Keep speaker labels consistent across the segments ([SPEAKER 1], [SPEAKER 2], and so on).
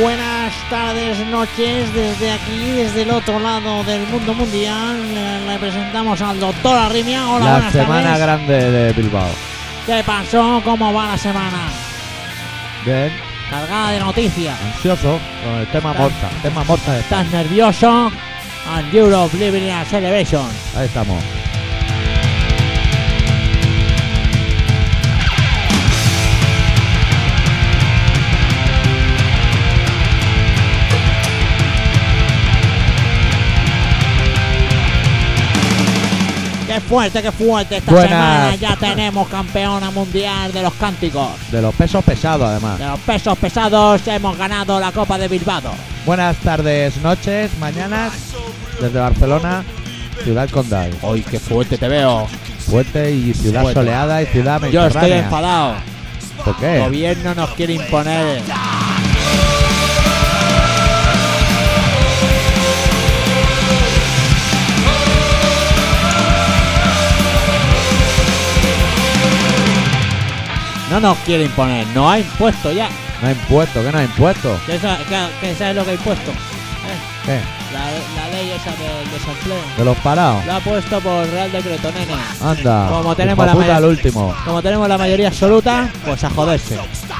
[SPEAKER 1] buenas tardes, noches. Desde aquí, desde el otro lado del mundo mundial, Eh, le, le presentamos al doctor Arrimia. Hola,
[SPEAKER 2] la
[SPEAKER 1] buenas
[SPEAKER 2] semana
[SPEAKER 1] tardes.
[SPEAKER 2] grande de Bilbao.
[SPEAKER 1] ¿Qué pasó? ¿Cómo va la semana?
[SPEAKER 2] Bien,
[SPEAKER 1] Cargada de noticias.
[SPEAKER 2] ansioso con el tema Morta. Tema Morta está.
[SPEAKER 1] ¿Estás nervioso? And Europe Living Celebration.
[SPEAKER 2] Ahí estamos.
[SPEAKER 1] ¡Qué fuerte, qué fuerte! Esta
[SPEAKER 2] Buenas.
[SPEAKER 1] semana ya tenemos campeona mundial de los cánticos.
[SPEAKER 2] De los pesos pesados, además.
[SPEAKER 1] De los pesos pesados hemos ganado la Copa de Bilbao.
[SPEAKER 2] Buenas tardes, noches, mañanas. Desde Barcelona, Ciudad Condal.
[SPEAKER 1] ¡Ay, qué fuerte te veo!
[SPEAKER 2] Fuerte y ciudad
[SPEAKER 1] Fuerte.
[SPEAKER 2] soleada y ciudad
[SPEAKER 1] Yo
[SPEAKER 2] mediterránea.
[SPEAKER 1] estoy enfadado.
[SPEAKER 2] ¿Por
[SPEAKER 1] El
[SPEAKER 2] qué?
[SPEAKER 1] gobierno nos quiere imponer. No nos quiere imponer, no ha impuesto ya.
[SPEAKER 2] No ha impuesto, ¿qué no ha impuesto?
[SPEAKER 1] Que eso, que, que sabes lo que ha impuesto. ¿eh?
[SPEAKER 2] ¿Qué?
[SPEAKER 1] La, la ley esa del desempleo.
[SPEAKER 2] De los parados.
[SPEAKER 1] Lo ha puesto por Real Decreto, nene.
[SPEAKER 2] Anda.
[SPEAKER 1] Como tenemos
[SPEAKER 2] hijo
[SPEAKER 1] la
[SPEAKER 2] puta
[SPEAKER 1] mayor-
[SPEAKER 2] al último.
[SPEAKER 1] Como tenemos la mayoría absoluta, pues a joderse.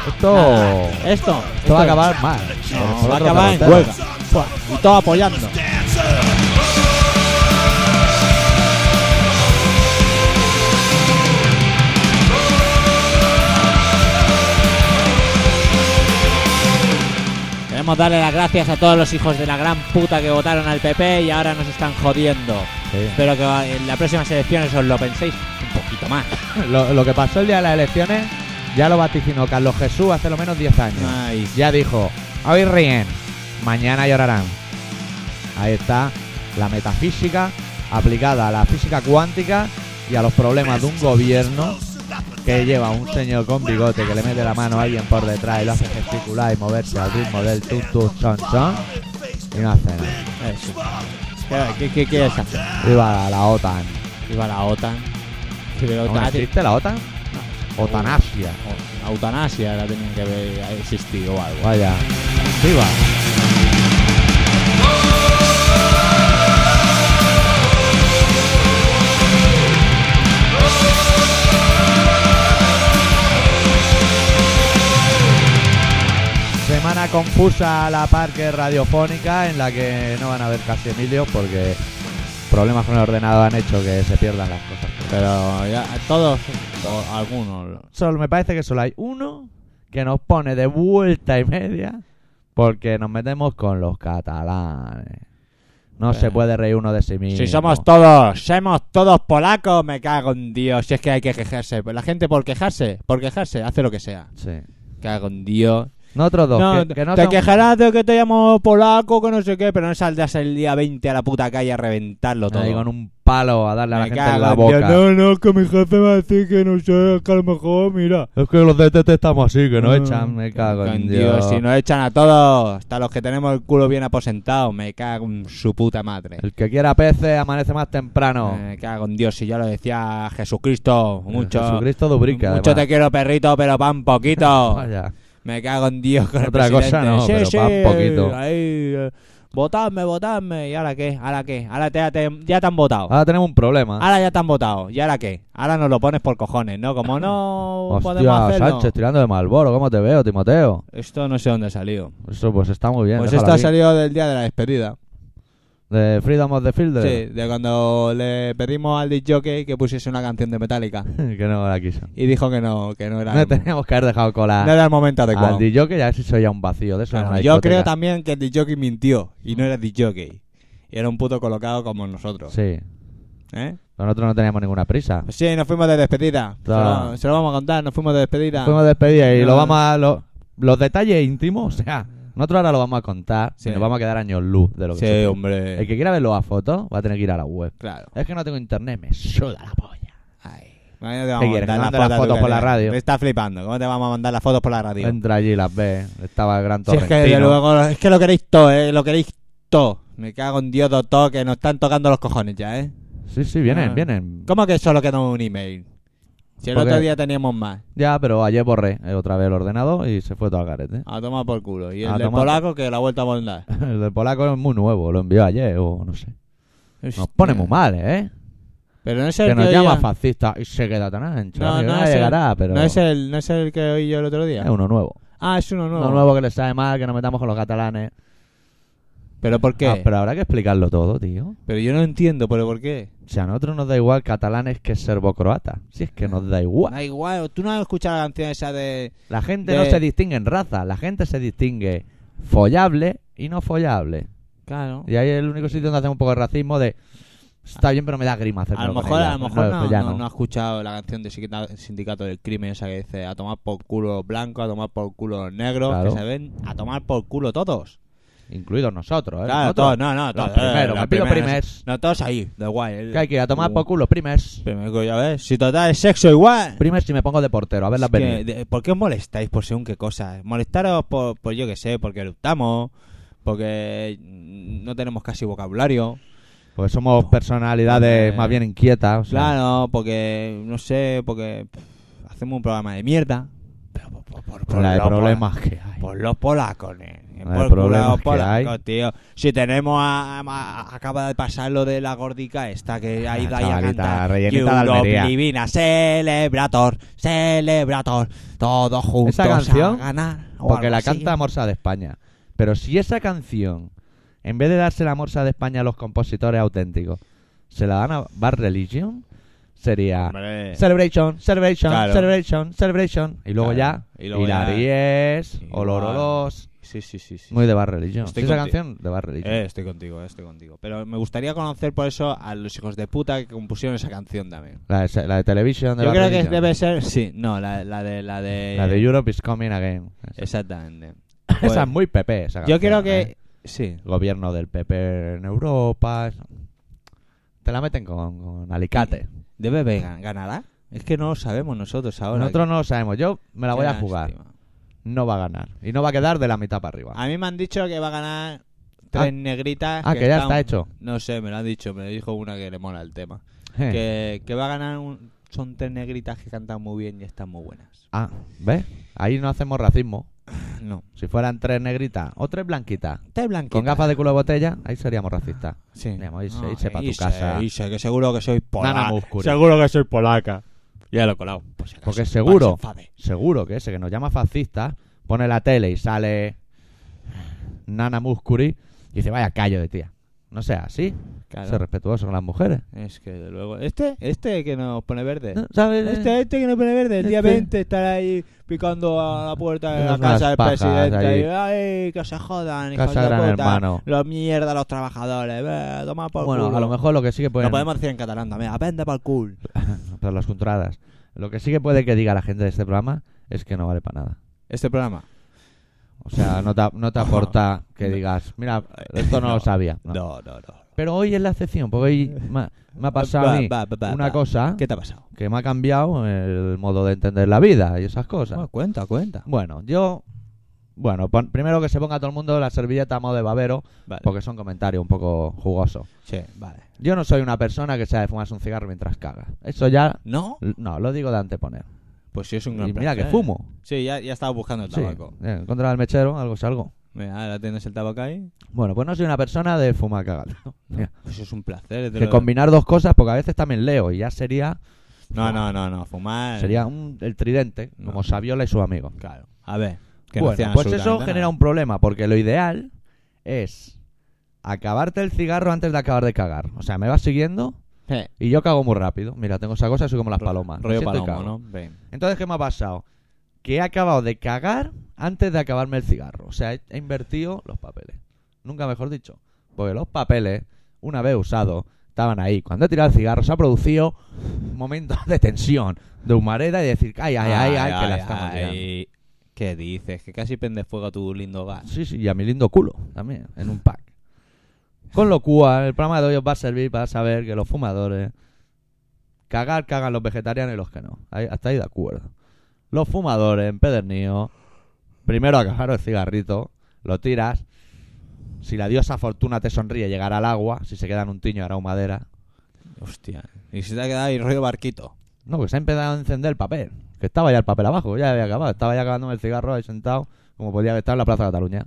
[SPEAKER 2] Esto.
[SPEAKER 1] Nada, Esto,
[SPEAKER 2] Esto va a
[SPEAKER 1] esto-
[SPEAKER 2] acabar mal.
[SPEAKER 1] No, va
[SPEAKER 2] Por
[SPEAKER 1] a
[SPEAKER 2] otro
[SPEAKER 1] acabar en
[SPEAKER 2] pelotero.
[SPEAKER 1] huelga. Buah, Y todo apoyando. Queremos darle las gracias a todos los hijos de la gran puta que votaron al PP y ahora nos están jodiendo.
[SPEAKER 2] Sí.
[SPEAKER 1] Espero que va- en las próximas elecciones os lo penséis un poquito más.
[SPEAKER 2] Lo, lo que pasó el día de las elecciones ya lo vaticinó Carlos Jesús hace lo menos 10 años.
[SPEAKER 1] Ay,
[SPEAKER 2] Ya dijo, hoy ríen, mañana llorarán. Ahí está la metafísica aplicada a la física cuántica y a los problemas de un gobierno que lleva un señor con bigote que le mete la mano a alguien por detrás y lo hace gesticular y moverse al ritmo del tum tum chon chon y no hace nada.
[SPEAKER 1] eso. ¿Qué- ¿Qué, qué quieres hacer?
[SPEAKER 2] Viva la, la OTAN.
[SPEAKER 1] Viva la OTAN. Sí, pero
[SPEAKER 2] ¿Aún
[SPEAKER 1] OTAN-
[SPEAKER 2] ¿Existe la OTAN? OTANasia.
[SPEAKER 1] O- la eutanasia la tenían que haber existido o algo.
[SPEAKER 2] Vaya. Viva. Semana confusa a la par que radiofónica en la que no van a haber casi Emilio porque problemas con el ordenador han hecho que se pierdan las cosas.
[SPEAKER 1] Pero ya todos, o algunos.
[SPEAKER 2] Solo me parece que solo hay uno que nos pone de vuelta y media porque nos metemos con los catalanes. No
[SPEAKER 1] Bueno.
[SPEAKER 2] se puede reír uno de sí mismo.
[SPEAKER 1] Si somos todos, somos todos polacos, me cago en Dios. Si es que hay que quejarse. Pues La gente por quejarse, por quejarse, hace lo que sea.
[SPEAKER 2] Sí.
[SPEAKER 1] Cago en Dios.
[SPEAKER 2] Nosotros dos,
[SPEAKER 1] No,
[SPEAKER 2] que, que no
[SPEAKER 1] te
[SPEAKER 2] son-
[SPEAKER 1] quejarás de que te llamo polaco, que no sé qué, pero no saldrás el día 20 a la puta calle a reventarlo todo.
[SPEAKER 2] ahí con un palo a darle a la
[SPEAKER 1] Me
[SPEAKER 2] gente en
[SPEAKER 1] cago
[SPEAKER 2] la
[SPEAKER 1] en Dios.
[SPEAKER 2] boca.
[SPEAKER 1] No, no, que mi jefe va a decir que no sé, que a lo mejor, mira.
[SPEAKER 2] Es que los DTT estamos así, que nos
[SPEAKER 1] Ah,
[SPEAKER 2] echan. Me cago en Dios.
[SPEAKER 1] Dios. Si nos echan a todos, hasta los que tenemos el culo bien aposentado, me cago en su puta madre.
[SPEAKER 2] El que quiera peces amanece más temprano.
[SPEAKER 1] Me cago en Dios, si ya lo decía Jesucristo, Eh, mucho.
[SPEAKER 2] Jesucristo duplica.
[SPEAKER 1] mucho te
[SPEAKER 2] además.
[SPEAKER 1] quiero, perrito, pero pan poquito.
[SPEAKER 2] Vaya.
[SPEAKER 1] me cago en Dios con el
[SPEAKER 2] Otra cosa
[SPEAKER 1] presidente.
[SPEAKER 2] no,
[SPEAKER 1] Sí,
[SPEAKER 2] pero
[SPEAKER 1] sí,
[SPEAKER 2] pan poquito.
[SPEAKER 1] ahí, eh, votadme, votadme. ¿Y ahora qué? ¿Ahora qué? Ahora te, te- ya te han votado.
[SPEAKER 2] Ahora tenemos un problema.
[SPEAKER 1] Ahora ya te han votado. ¿Y ahora qué? Ahora nos lo pones por cojones, ¿no? Como no podemos
[SPEAKER 2] Hostia,
[SPEAKER 1] hacerlo.
[SPEAKER 2] Sánchez tirando de Malboro. ¿Cómo te veo, Timoteo?
[SPEAKER 1] Esto no sé dónde ha salido.
[SPEAKER 2] Eso pues está muy bien.
[SPEAKER 1] Pues
[SPEAKER 2] déjalo
[SPEAKER 1] esto ha
[SPEAKER 2] aquí.
[SPEAKER 1] salido del día de la despedida.
[SPEAKER 2] De Freedom of the Fielder.
[SPEAKER 1] Sí, de cuando le pedimos al disc jockey que pusiese una canción de Metallica.
[SPEAKER 2] que no la quiso.
[SPEAKER 1] Y dijo que no, que no era,
[SPEAKER 2] No
[SPEAKER 1] el,
[SPEAKER 2] teníamos que haber dejado colar
[SPEAKER 1] no era el momento adecuado.
[SPEAKER 2] al DJ que ya se oía un vacío de eso. en
[SPEAKER 1] Claro,
[SPEAKER 2] una
[SPEAKER 1] yo
[SPEAKER 2] discoteca.
[SPEAKER 1] creo también que el disc jockey mintió y no era disc jockey. Y era un puto colocado como nosotros.
[SPEAKER 2] Sí.
[SPEAKER 1] ¿eh?
[SPEAKER 2] Pero Nosotros no teníamos ninguna prisa.
[SPEAKER 1] Pues sí, nos fuimos de despedida. Se
[SPEAKER 2] Claro.
[SPEAKER 1] lo, se lo vamos a contar, nos fuimos de despedida.
[SPEAKER 2] Fuimos despedidos y
[SPEAKER 1] No,
[SPEAKER 2] lo
[SPEAKER 1] no.
[SPEAKER 2] vamos a. lo- los detalles íntimos, o sea, nosotros ahora lo vamos a contar
[SPEAKER 1] Sí.
[SPEAKER 2] y nos vamos a quedar años luz de lo que
[SPEAKER 1] sí,
[SPEAKER 2] se-
[SPEAKER 1] hombre.
[SPEAKER 2] El que quiera verlo a foto va a tener que ir a la web.
[SPEAKER 1] Claro.
[SPEAKER 2] Es que no tengo internet, me suda la polla.
[SPEAKER 1] Ay. Mañana te vamos
[SPEAKER 2] quieres,
[SPEAKER 1] a mandar
[SPEAKER 2] que mande
[SPEAKER 1] las fotos,
[SPEAKER 2] las fotos
[SPEAKER 1] tú,
[SPEAKER 2] por la
[SPEAKER 1] Belén.
[SPEAKER 2] radio?
[SPEAKER 1] Te está flipando. ¿Cómo te vamos a mandar las fotos por la radio?
[SPEAKER 2] Entra allí y las ve. Estaba el gran
[SPEAKER 1] Si es que
[SPEAKER 2] torrentino.
[SPEAKER 1] desde luego, es que lo queréis todo, eh, lo queréis todo. Me cago en Dios, doctor, que nos están tocando los cojones ya, eh.
[SPEAKER 2] Sí, sí, vienen,
[SPEAKER 1] Ah.
[SPEAKER 2] vienen.
[SPEAKER 1] ¿Cómo que solo queda un email? Si el
[SPEAKER 2] Porque-
[SPEAKER 1] otro día teníamos más.
[SPEAKER 2] Ya, pero ayer borré eh, otra vez el ordenador y se fue todo al garete.
[SPEAKER 1] A tomar por culo. Y el
[SPEAKER 2] A
[SPEAKER 1] del
[SPEAKER 2] tomar-
[SPEAKER 1] polaco que la vuelta a mandar.
[SPEAKER 2] El del polaco es muy nuevo, lo envió ayer o no sé. Nos pone muy mal, ¿eh?
[SPEAKER 1] Pero no es el
[SPEAKER 2] Que nos
[SPEAKER 1] que
[SPEAKER 2] llama
[SPEAKER 1] oía-
[SPEAKER 2] fascista y se queda tan ancho.
[SPEAKER 1] No,
[SPEAKER 2] que
[SPEAKER 1] no
[SPEAKER 2] nada
[SPEAKER 1] es el-
[SPEAKER 2] llegará, pero
[SPEAKER 1] No es el, no es el que oí yo el otro día.
[SPEAKER 2] es uno nuevo.
[SPEAKER 1] Ah, es uno nuevo.
[SPEAKER 2] Uno nuevo que le sabe mal, que nos metamos con los catalanes.
[SPEAKER 1] Pero ¿por qué?
[SPEAKER 2] Ah, pero habrá que explicarlo todo, tío.
[SPEAKER 1] Pero yo no entiendo, pero ¿por qué?
[SPEAKER 2] Si a nosotros nos da igual catalanes que serbocroatas. Si es que nos da igual.
[SPEAKER 1] Da igual, tú no has escuchado la canción esa de.
[SPEAKER 2] La gente
[SPEAKER 1] De-
[SPEAKER 2] no se distingue en raza, la gente se distingue follable y no follable.
[SPEAKER 1] Claro.
[SPEAKER 2] Y ahí es el único sitio donde hacemos un poco de racismo de... Está bien, pero me da grima hacerlo
[SPEAKER 1] A lo
[SPEAKER 2] con
[SPEAKER 1] mejor,
[SPEAKER 2] ella".
[SPEAKER 1] a lo mejor no,
[SPEAKER 2] pues ya
[SPEAKER 1] no- no has escuchado la canción de Sindicato- Sindicato del Crimen, esa que dice a tomar por culo blanco, a tomar por culo negro,
[SPEAKER 2] Claro.
[SPEAKER 1] que se ven a tomar por culo todos.
[SPEAKER 2] Incluidos nosotros, ¿eh?
[SPEAKER 1] Claro,
[SPEAKER 2] Nosotros,
[SPEAKER 1] todos, no, no,
[SPEAKER 2] los
[SPEAKER 1] todos. eh,
[SPEAKER 2] primeros,
[SPEAKER 1] los
[SPEAKER 2] me pido
[SPEAKER 1] primeros.
[SPEAKER 2] primers.
[SPEAKER 1] No, todos ahí, da igual. el- Uh,
[SPEAKER 2] Que hay que ir a tomar por culo, primers.
[SPEAKER 1] Primero que ya ves, si total es sexo igual.
[SPEAKER 2] Primers si me pongo de portero, a ver las
[SPEAKER 1] Es que,
[SPEAKER 2] venir.
[SPEAKER 1] de- ¿Por qué os molestáis por según qué cosas? Molestaros por, por yo que sé, porque luchamos, porque mm, no tenemos casi vocabulario.
[SPEAKER 2] Porque Pues somos personalidades
[SPEAKER 1] Eh,
[SPEAKER 2] más bien inquietas. o sea,
[SPEAKER 1] Claro, porque no sé, porque pff, hacemos un programa de mierda. Pero por, por- por- por
[SPEAKER 2] Con la de
[SPEAKER 1] los
[SPEAKER 2] problemas
[SPEAKER 1] pola-
[SPEAKER 2] que hay.
[SPEAKER 1] Por los polacos, eh.
[SPEAKER 2] La de
[SPEAKER 1] Por culo a
[SPEAKER 2] problemas
[SPEAKER 1] los
[SPEAKER 2] que
[SPEAKER 1] polacos,
[SPEAKER 2] hay.
[SPEAKER 1] tío. Si tenemos a, a- acaba de pasar lo de la gordica esta que ha ido ahí a
[SPEAKER 2] Ah, chavalita,
[SPEAKER 1] cantar.
[SPEAKER 2] rellenita de
[SPEAKER 1] Europe
[SPEAKER 2] Almería.
[SPEAKER 1] Divina, celebrator, celebrator, todos juntos
[SPEAKER 2] Esa canción,
[SPEAKER 1] a ganar. o
[SPEAKER 2] Porque
[SPEAKER 1] algo
[SPEAKER 2] la
[SPEAKER 1] así.
[SPEAKER 2] canta Morsa de España. Pero si esa canción, en vez de darse la Morsa de España a los compositores auténticos, se la dan a Bad Religion, sería
[SPEAKER 1] Hombre.
[SPEAKER 2] Celebration, Celebration,
[SPEAKER 1] Claro.
[SPEAKER 2] Celebration, Celebration. Y luego
[SPEAKER 1] Claro.
[SPEAKER 2] ya,
[SPEAKER 1] Y luego ya-
[SPEAKER 2] Hilaries,
[SPEAKER 1] Igual.
[SPEAKER 2] Oloros.
[SPEAKER 1] Sí, sí, sí, sí.
[SPEAKER 2] Muy de Bad Religion.
[SPEAKER 1] Estoy
[SPEAKER 2] Sí, esa
[SPEAKER 1] conti-
[SPEAKER 2] canción de Bad Religion.
[SPEAKER 1] Eh, estoy contigo, eh, estoy contigo. Pero me gustaría conocer por eso a los hijos de puta que compusieron esa canción también.
[SPEAKER 2] La, de, la de Television de
[SPEAKER 1] Yo
[SPEAKER 2] Bad
[SPEAKER 1] creo que
[SPEAKER 2] Religion.
[SPEAKER 1] debe ser, sí, no, la, la de la de
[SPEAKER 2] La de Europe is coming again. Esa,
[SPEAKER 1] Exactamente.
[SPEAKER 2] Esa
[SPEAKER 1] Pues,
[SPEAKER 2] es muy PP, esa
[SPEAKER 1] yo
[SPEAKER 2] canción,
[SPEAKER 1] creo que
[SPEAKER 2] ¿eh?
[SPEAKER 1] sí.
[SPEAKER 2] Gobierno del PP en Europa. eso. Te la meten con, con alicate.
[SPEAKER 1] Debe vegan, ganará. Es que no lo sabemos nosotros ahora.
[SPEAKER 2] Nosotros no lo sabemos. Yo me la voy
[SPEAKER 1] Qué
[SPEAKER 2] a jugar.
[SPEAKER 1] lástima. Ah,
[SPEAKER 2] No va a ganar. Y no va a quedar de la mitad para arriba.
[SPEAKER 1] A mí me han dicho que va a ganar tres
[SPEAKER 2] Ah.
[SPEAKER 1] negritas.
[SPEAKER 2] Ah, que ya
[SPEAKER 1] están-
[SPEAKER 2] está hecho.
[SPEAKER 1] No sé, me lo han dicho, me lo dijo una que le mola el tema.
[SPEAKER 2] Eh.
[SPEAKER 1] Que, que va a ganar un- son tres negritas que cantan muy bien y están muy buenas.
[SPEAKER 2] Ah, ¿ves? Ahí no hacemos racismo.
[SPEAKER 1] No.
[SPEAKER 2] Si fueran tres negritas o tres blanquitas
[SPEAKER 1] Tres blanquitas.
[SPEAKER 2] con gafas de culo de botella, ahí seríamos racistas.
[SPEAKER 1] Sí.
[SPEAKER 2] Digamos, irse,
[SPEAKER 1] No,
[SPEAKER 2] irse pa' tu
[SPEAKER 1] irse,
[SPEAKER 2] casa.
[SPEAKER 1] irse, que seguro que soy
[SPEAKER 2] Nana
[SPEAKER 1] polaca.
[SPEAKER 2] Muscuri.
[SPEAKER 1] Seguro que soy polaca. Ya lo he colado. por si acaso,
[SPEAKER 2] Porque
[SPEAKER 1] para que
[SPEAKER 2] seguro.
[SPEAKER 1] se enfade.
[SPEAKER 2] Seguro que ese que nos llama fascista pone la tele y sale Nana Muscuri y dice, vaya callo de tía. No sea así.
[SPEAKER 1] Claro.
[SPEAKER 2] Ser respetuoso con las mujeres.
[SPEAKER 1] Es que de luego. Este, este que nos pone verde.
[SPEAKER 2] No, ¿Sabes?
[SPEAKER 1] Este, este que nos pone verde. El día
[SPEAKER 2] Este.
[SPEAKER 1] 20 estará ahí picando a la puerta de la
[SPEAKER 2] Unas malas
[SPEAKER 1] casa del
[SPEAKER 2] pajas
[SPEAKER 1] presidente.
[SPEAKER 2] ahí.
[SPEAKER 1] Y, Ay, que se jodan, hijos
[SPEAKER 2] Casa
[SPEAKER 1] de
[SPEAKER 2] Gran
[SPEAKER 1] puta.
[SPEAKER 2] Hermano.
[SPEAKER 1] Los mierda, los trabajadores. Ve, toma por
[SPEAKER 2] bueno,
[SPEAKER 1] culo.
[SPEAKER 2] a lo mejor lo que sí que pueden...
[SPEAKER 1] Lo podemos decir en catalán también. Aprende por culo.
[SPEAKER 2] Pero las contradas. Lo que sí que puede que diga la gente de este programa es que no vale para nada.
[SPEAKER 1] Este programa.
[SPEAKER 2] O sea, no te, no te aporta que
[SPEAKER 1] No.
[SPEAKER 2] digas, mira, esto no,
[SPEAKER 1] No.
[SPEAKER 2] lo sabía. No.
[SPEAKER 1] No, no, no.
[SPEAKER 2] Pero hoy es la excepción, porque hoy me, me ha pasado
[SPEAKER 1] Va,
[SPEAKER 2] a mí
[SPEAKER 1] va, va, va,
[SPEAKER 2] una
[SPEAKER 1] va.
[SPEAKER 2] cosa
[SPEAKER 1] ¿Qué te ha pasado?
[SPEAKER 2] que me ha cambiado el modo de entender la vida y esas cosas.
[SPEAKER 1] Bueno, cuenta, cuenta.
[SPEAKER 2] Bueno, yo. Bueno, pon- primero que se ponga todo el mundo la servilleta a modo de babero,
[SPEAKER 1] Vale.
[SPEAKER 2] porque son comentarios un poco jugosos.
[SPEAKER 1] Sí, vale.
[SPEAKER 2] Yo no soy una persona que sea de fumarse un cigarro mientras caga. Eso ya.
[SPEAKER 1] ¿No?
[SPEAKER 2] No, lo digo de anteponer.
[SPEAKER 1] Pues sí, es un gran
[SPEAKER 2] Y mira que
[SPEAKER 1] placer.
[SPEAKER 2] fumo.
[SPEAKER 1] Sí, ya, ya estaba buscando el
[SPEAKER 2] Sí,
[SPEAKER 1] tabaco.
[SPEAKER 2] eh, contra el mechero, algo es algo.
[SPEAKER 1] Mira, ahora tienes el tabaco ahí.
[SPEAKER 2] Bueno, pues no soy una persona de fumar cagado. Mira,
[SPEAKER 1] Pues es un placer. es de
[SPEAKER 2] que
[SPEAKER 1] lo-
[SPEAKER 2] combinar dos cosas, porque a veces también leo y ya sería
[SPEAKER 1] No, no, no, no. Fumar.
[SPEAKER 2] sería un- el tridente,
[SPEAKER 1] Eh. No.
[SPEAKER 2] como Saviola y su amigo.
[SPEAKER 1] Claro. A ver. Que no
[SPEAKER 2] Bueno,
[SPEAKER 1] hacían
[SPEAKER 2] pues
[SPEAKER 1] absolutamente
[SPEAKER 2] eso
[SPEAKER 1] nada.
[SPEAKER 2] genera un problema, porque lo ideal es acabarte el cigarro antes de acabar de cagar. O sea, me vas siguiendo
[SPEAKER 1] Eh,
[SPEAKER 2] y yo cago muy rápido. Mira, tengo esa cosa, soy como las palomas. Me
[SPEAKER 1] Rollo
[SPEAKER 2] siento
[SPEAKER 1] palomo,
[SPEAKER 2] y cago.
[SPEAKER 1] ¿no? Ven.
[SPEAKER 2] Entonces, ¿qué me ha pasado? Que he acabado de cagar antes de acabarme el cigarro. O sea, he he invertido los papeles. Nunca mejor dicho. Porque los papeles, una vez usados, estaban ahí. Cuando he tirado el cigarro, se ha producido momentos de tensión, de humareda y decir, ay, ay, ay, ay, que la estamos
[SPEAKER 1] ay.
[SPEAKER 2] liando".
[SPEAKER 1] ¿Qué dices? Que casi prende fuego a tu lindo gas.
[SPEAKER 2] Sí, sí, y a mi lindo culo también, en un pack. Con lo cual, el programa de hoy os va a servir para saber que los fumadores. Cagar, cagan los vegetarianos y los que no. Ahí- hasta ahí de acuerdo. Los fumadores empedernidos. Primero a cagar el cigarrito. Lo tiras. Si la diosa fortuna te sonríe, llegará al agua. Si se queda en un tiño, hará madera
[SPEAKER 1] Hostia. Y se te ha quedado ahí rollo barquito.
[SPEAKER 2] No, porque se ha empezado a encender el papel. Que estaba ya el papel abajo, ya había acabado. Estaba ya acabándome el cigarro ahí sentado, como podía estar en la Plaza de Cataluña.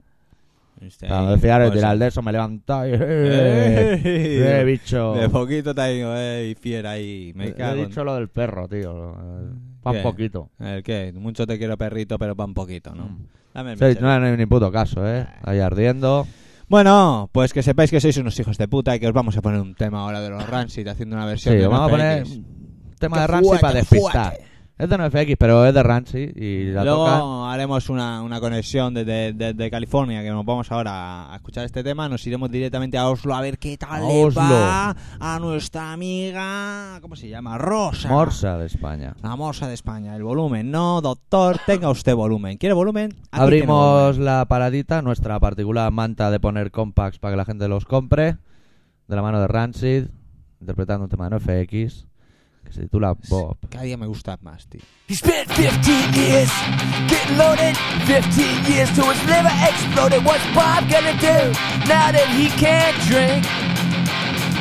[SPEAKER 1] Este,
[SPEAKER 2] Cuando decía el
[SPEAKER 1] pues,
[SPEAKER 2] tirar de eso, me levantaba y...
[SPEAKER 1] Eh,
[SPEAKER 2] ¡Eh, bicho!
[SPEAKER 1] De poquito te ha ido, eh, y fiera ahí. Me
[SPEAKER 2] Le- le
[SPEAKER 1] cago
[SPEAKER 2] he
[SPEAKER 1] en-
[SPEAKER 2] dicho lo del perro, tío. eh, Pa'
[SPEAKER 1] ¿Qué?
[SPEAKER 2] un poquito.
[SPEAKER 1] ¿El qué? Mucho te quiero perrito, pero pan poquito, ¿no?
[SPEAKER 2] Mm.
[SPEAKER 1] Dame el
[SPEAKER 2] Sí,
[SPEAKER 1] Michel.
[SPEAKER 2] no le hay ni puto caso, ¿eh? Ahí ardiendo.
[SPEAKER 1] Bueno, pues que sepáis que sois unos hijos de puta y que os vamos a poner un tema ahora de los Rancid haciendo una
[SPEAKER 2] Sí,
[SPEAKER 1] versión de
[SPEAKER 2] vamos a poner
[SPEAKER 1] NoFX.
[SPEAKER 2] un tema de
[SPEAKER 1] Qué
[SPEAKER 2] Ramsey
[SPEAKER 1] fuerte,
[SPEAKER 2] para despistar. Es de NFX, pero es de Ramsey y la
[SPEAKER 1] Luego
[SPEAKER 2] toca.
[SPEAKER 1] haremos una, una conexión desde desde California, que nos vamos ahora a escuchar este tema. Nos iremos directamente a Oslo a ver qué tal
[SPEAKER 2] A
[SPEAKER 1] le
[SPEAKER 2] Oslo.
[SPEAKER 1] va a nuestra amiga, ¿cómo se llama? Rosa.
[SPEAKER 2] Morsa de España.
[SPEAKER 1] La morsa de España. El volumen, no, doctor, tenga usted volumen. ¿Quiere volumen? Aquí tiene volumen.
[SPEAKER 2] Abrimos la paradita, nuestra particular manta de poner compacts para que la gente los compre. De la mano de Rancid, interpretando un tema de NFX que se titula Bob.
[SPEAKER 1] Cada día me gusta más, tío.
[SPEAKER 3] He spent 15 years getting loaded, 15 years till his liver exploded. What's Bob gonna do now that he can't drink?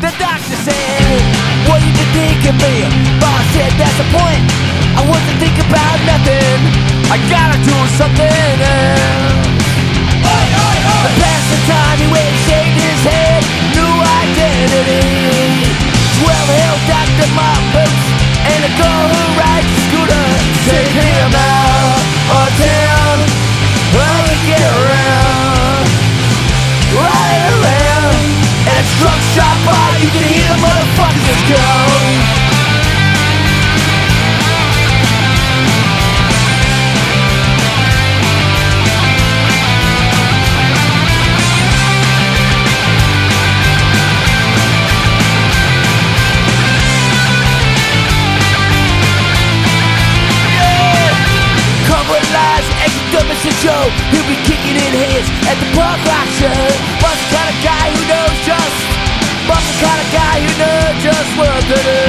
[SPEAKER 3] The doctor said, What you been thinking, me? Bob said, That's the point. I wasn't thinking about nothing. I gotta do something else. The past the time he went and shaved his head, new identity. Twelve hell Dr. Muppets and a girl who rides a scooter. Take him out of town, let me get around. Riding around at a truck stop, all you can hear the motherfuckers go. Cover lies, extra dumb as a joke. He'll be kicking in his at the punk rock show. Buff's the kind of guy who knows just. Buff's the kind of guy who knows just what to do.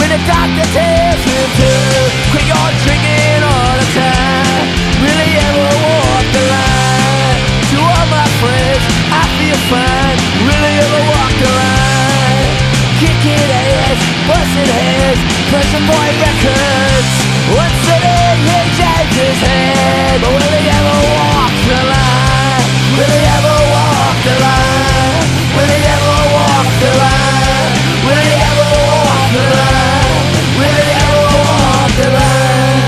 [SPEAKER 3] When the doctor tells him to quit your drinking all the time. Really ever walk the line? To all my friends, I feel fine. Really ever walk the line? Kicking ass, busting heads, pressing boy records. What's the name? He shakes his head. But will he ever walk the line? Will he ever walk the line? Will he ever walk the line? Will he ever walk the line? Will he ever walk the line?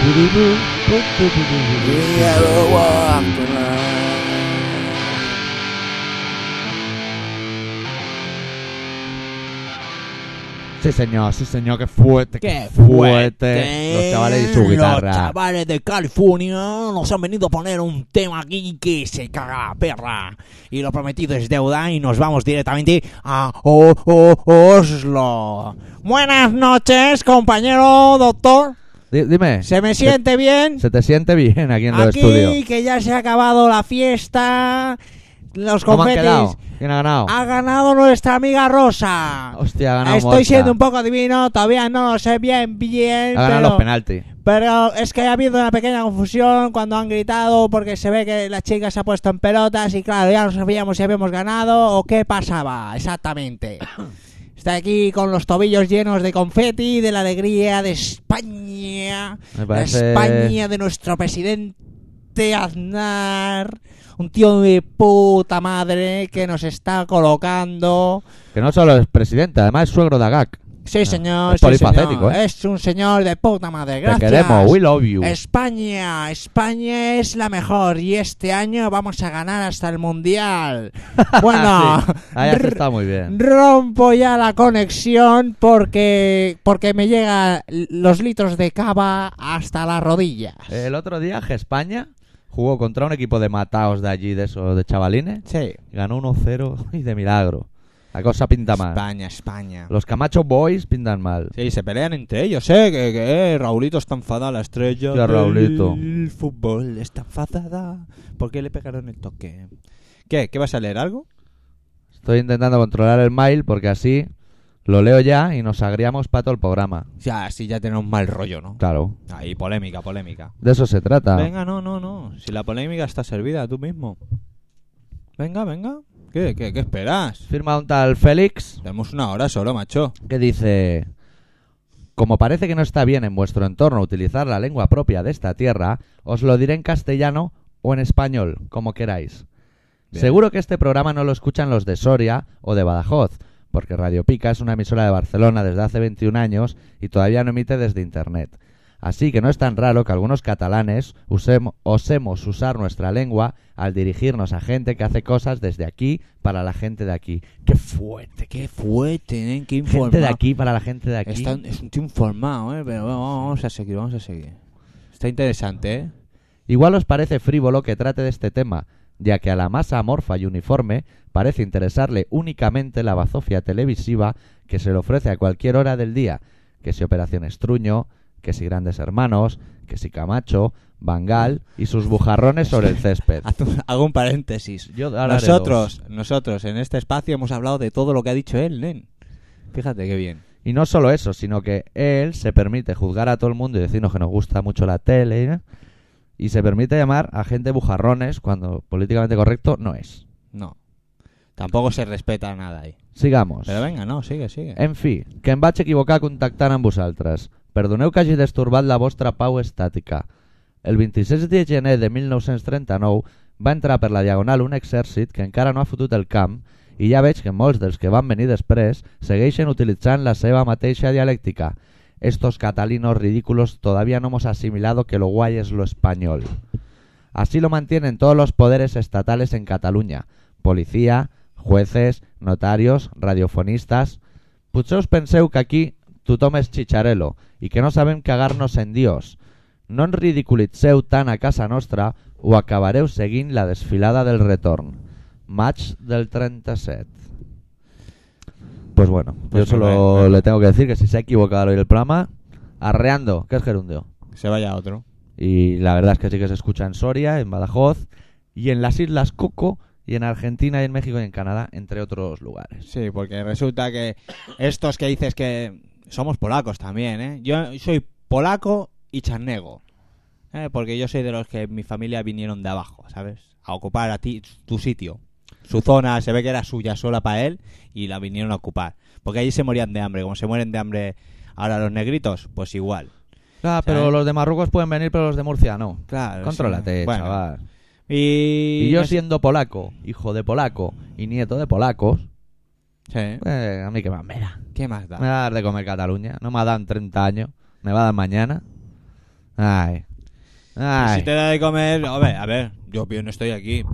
[SPEAKER 3] Will he ever walk the line?
[SPEAKER 2] Sí, señor, sí, señor, qué fuerte.
[SPEAKER 4] ¡Qué
[SPEAKER 2] fuerte! Los chavales y su guitarra.
[SPEAKER 4] Los chavales de California nos han venido a poner un tema aquí que se caga perra. Y lo prometido es deuda y nos vamos directamente a O- O- Oslo. Buenas noches, compañero doctor.
[SPEAKER 2] Di- dime.
[SPEAKER 4] ¿Se me siente bien?
[SPEAKER 2] Se te siente bien aquí en los
[SPEAKER 4] Aquí
[SPEAKER 2] estudios.
[SPEAKER 4] que ya se ha acabado la fiesta. Los
[SPEAKER 2] ¿Cómo han quedado?
[SPEAKER 4] confetis.
[SPEAKER 2] ¿Quién ha ganado?
[SPEAKER 4] Ha ganado nuestra amiga Rosa.
[SPEAKER 2] Hostia, ha ganado
[SPEAKER 4] Ah, Estoy
[SPEAKER 2] Mosca.
[SPEAKER 4] siendo un poco divino, todavía no lo sé bien, bien.
[SPEAKER 2] Ha ganado
[SPEAKER 4] pero,
[SPEAKER 2] los penaltis.
[SPEAKER 4] pero es que ha habido una pequeña confusión cuando han gritado porque se ve que la chica se ha puesto en pelotas y claro, ya no sabíamos si habíamos ganado o qué pasaba exactamente. Está aquí con los tobillos llenos de confeti, de la alegría de España.
[SPEAKER 2] Me parece-
[SPEAKER 4] La España de nuestro presidente Aznar. Un tío de puta madre que nos está colocando.
[SPEAKER 2] Que no solo es presidente, además es suegro de Agak.
[SPEAKER 4] Sí, señor.
[SPEAKER 2] Ah, es
[SPEAKER 4] sí,
[SPEAKER 2] polifacético,
[SPEAKER 4] señor.
[SPEAKER 2] ¿eh?
[SPEAKER 4] Es un señor de puta madre.
[SPEAKER 2] Te
[SPEAKER 4] Gracias.
[SPEAKER 2] queremos, we love you.
[SPEAKER 4] España, España es la mejor y este año vamos a ganar hasta el mundial. Bueno,
[SPEAKER 2] Sí, ahí has
[SPEAKER 4] r-
[SPEAKER 2] estado muy bien.
[SPEAKER 4] rompo ya la conexión porque porque me llegan los litros de cava hasta las rodillas.
[SPEAKER 2] El otro día, España jugó contra un equipo de mataos de allí, de esos, de chavalines.
[SPEAKER 4] Sí.
[SPEAKER 2] Ganó 1-0 y de milagro. La cosa pinta mal.
[SPEAKER 1] España, España.
[SPEAKER 2] Los Camacho Boys pintan mal.
[SPEAKER 1] Sí, se pelean entre ellos, ¿eh? Que, que, eh, Raulito está enfadada, la estrella
[SPEAKER 2] Ya, Raulito.
[SPEAKER 1] del fútbol está enfadada. ¿Por qué le pegaron el toque? ¿Qué? ¿Qué vas a leer algo?
[SPEAKER 2] Estoy intentando controlar el mail porque así lo leo ya y nos agriamos para todo el programa.
[SPEAKER 1] Ya, sí, ya tenemos mal rollo, ¿no?
[SPEAKER 2] Claro.
[SPEAKER 1] Ahí, polémica, polémica.
[SPEAKER 2] De eso se trata.
[SPEAKER 1] Venga, no, no, no. Si la polémica está servida, tú mismo. Venga, venga. ¿Qué, qué, qué esperas?
[SPEAKER 2] Firma un tal Félix
[SPEAKER 1] Tenemos una hora solo, macho.
[SPEAKER 2] que dice... Como parece que no está bien en vuestro entorno utilizar la lengua propia de esta tierra, os lo diré en castellano o en español, como queráis.
[SPEAKER 5] Bien.
[SPEAKER 2] Seguro que este programa no lo escuchan los de Soria o de Badajoz, porque Radio Pica es una emisora de Barcelona desde hace 21 años y todavía no emite desde Internet. Así que no es tan raro que algunos catalanes usem- osemos usar nuestra lengua al dirigirnos a gente que hace cosas desde aquí para la gente de aquí. ¡Qué fuerte!
[SPEAKER 1] Qué fuerte, ¿eh? Qué informado.
[SPEAKER 2] Gente de aquí para la gente de aquí.
[SPEAKER 1] Está- es un tío informado, ¿eh? Pero bueno, vamos a seguir, vamos a seguir. Está interesante, ¿eh?
[SPEAKER 2] Igual os parece frívolo que trate de este tema, ya que a la masa amorfa y uniforme parece interesarle únicamente la bazofia televisiva que se le ofrece a cualquier hora del día, que si Operación Estruño, que si Grandes Hermanos, que si Camacho, Bangal y sus bujarrones sobre el césped.
[SPEAKER 1] Haz un- Hago un paréntesis.
[SPEAKER 2] Yo ahora haré
[SPEAKER 1] Nosotros, nosotros en este espacio hemos hablado de todo lo que ha dicho él, nen. Fíjate qué bien.
[SPEAKER 2] Y no solo eso, sino que él se permite juzgar a todo el mundo y decirnos que nos gusta mucho la tele ¿eh? y se permite llamar a gente bujarrones cuando políticamente correcto no es.
[SPEAKER 1] No. Tampoco se respeta nada ahí.
[SPEAKER 2] Sigamos.
[SPEAKER 1] Pero venga, no, sigue, sigue.
[SPEAKER 2] En fi, que em vaig equivocar contactant amb vosaltres. Perdoneu que hagi destorbat la vostra pau estàtica. El 26 de gener de 1939 va entrar per la Diagonal un exèrcit que encara no ha fotut el camp i ja veig que molts dels que van venir després segueixen utilitzant la seva mateixa dialèctica. Estos catalinos ridículos todavía no hemos asimilado que lo guay es lo español. Así lo mantienen todos los poderes estatales en Cataluña. Policía, jueces, notarios, radiofonistas... Potser us penseu que aquí tothom és xitxarelo i que no sabem cagar-nos en Dios. No ens ridiculitzeu tant a casa nostra o acabareu seguint la desfilada del retorn. Match del 37. Pues bueno,
[SPEAKER 1] Pues
[SPEAKER 2] yo
[SPEAKER 1] muy
[SPEAKER 2] solo
[SPEAKER 1] bien.
[SPEAKER 2] le tengo que decir que si se ha equivocado al oír el programa, arreando, que es gerundio.
[SPEAKER 1] Se vaya otro.
[SPEAKER 2] Y la verdad es que sí que se escucha en Soria, en Badajoz y en las Islas Coco y en Argentina y en México y en Canadá, entre otros lugares.
[SPEAKER 1] Sí, porque resulta que estos que dices que somos polacos también, ¿eh? Yo soy polaco y charnego. ¿eh? Porque yo soy de los que mi familia vinieron de abajo, ¿sabes? A ocupar a ti tu sitio. Su zona se ve que era suya sola para él y la vinieron a ocupar. Porque allí se morían de hambre. Como se mueren de hambre ahora los negritos, pues igual.
[SPEAKER 2] Ah, pero los de Marruecos pueden venir, pero los de Murcia no.
[SPEAKER 1] Claro.
[SPEAKER 2] Contrólate,
[SPEAKER 1] sí. Bueno,
[SPEAKER 2] chaval.
[SPEAKER 1] Y,
[SPEAKER 2] Eh, Y yo
[SPEAKER 1] no sé-
[SPEAKER 2] siendo polaco, hijo de polaco y nieto de polacos,
[SPEAKER 1] Sí.
[SPEAKER 2] eh, a mí que más me da.
[SPEAKER 1] ¿Qué más da?
[SPEAKER 2] Me va a dar de comer Cataluña. No me ha dado en 30 años. Me va a dar mañana. Ay. Ay.
[SPEAKER 1] Si te da de comer, a ver, a ver, yo bien estoy aquí,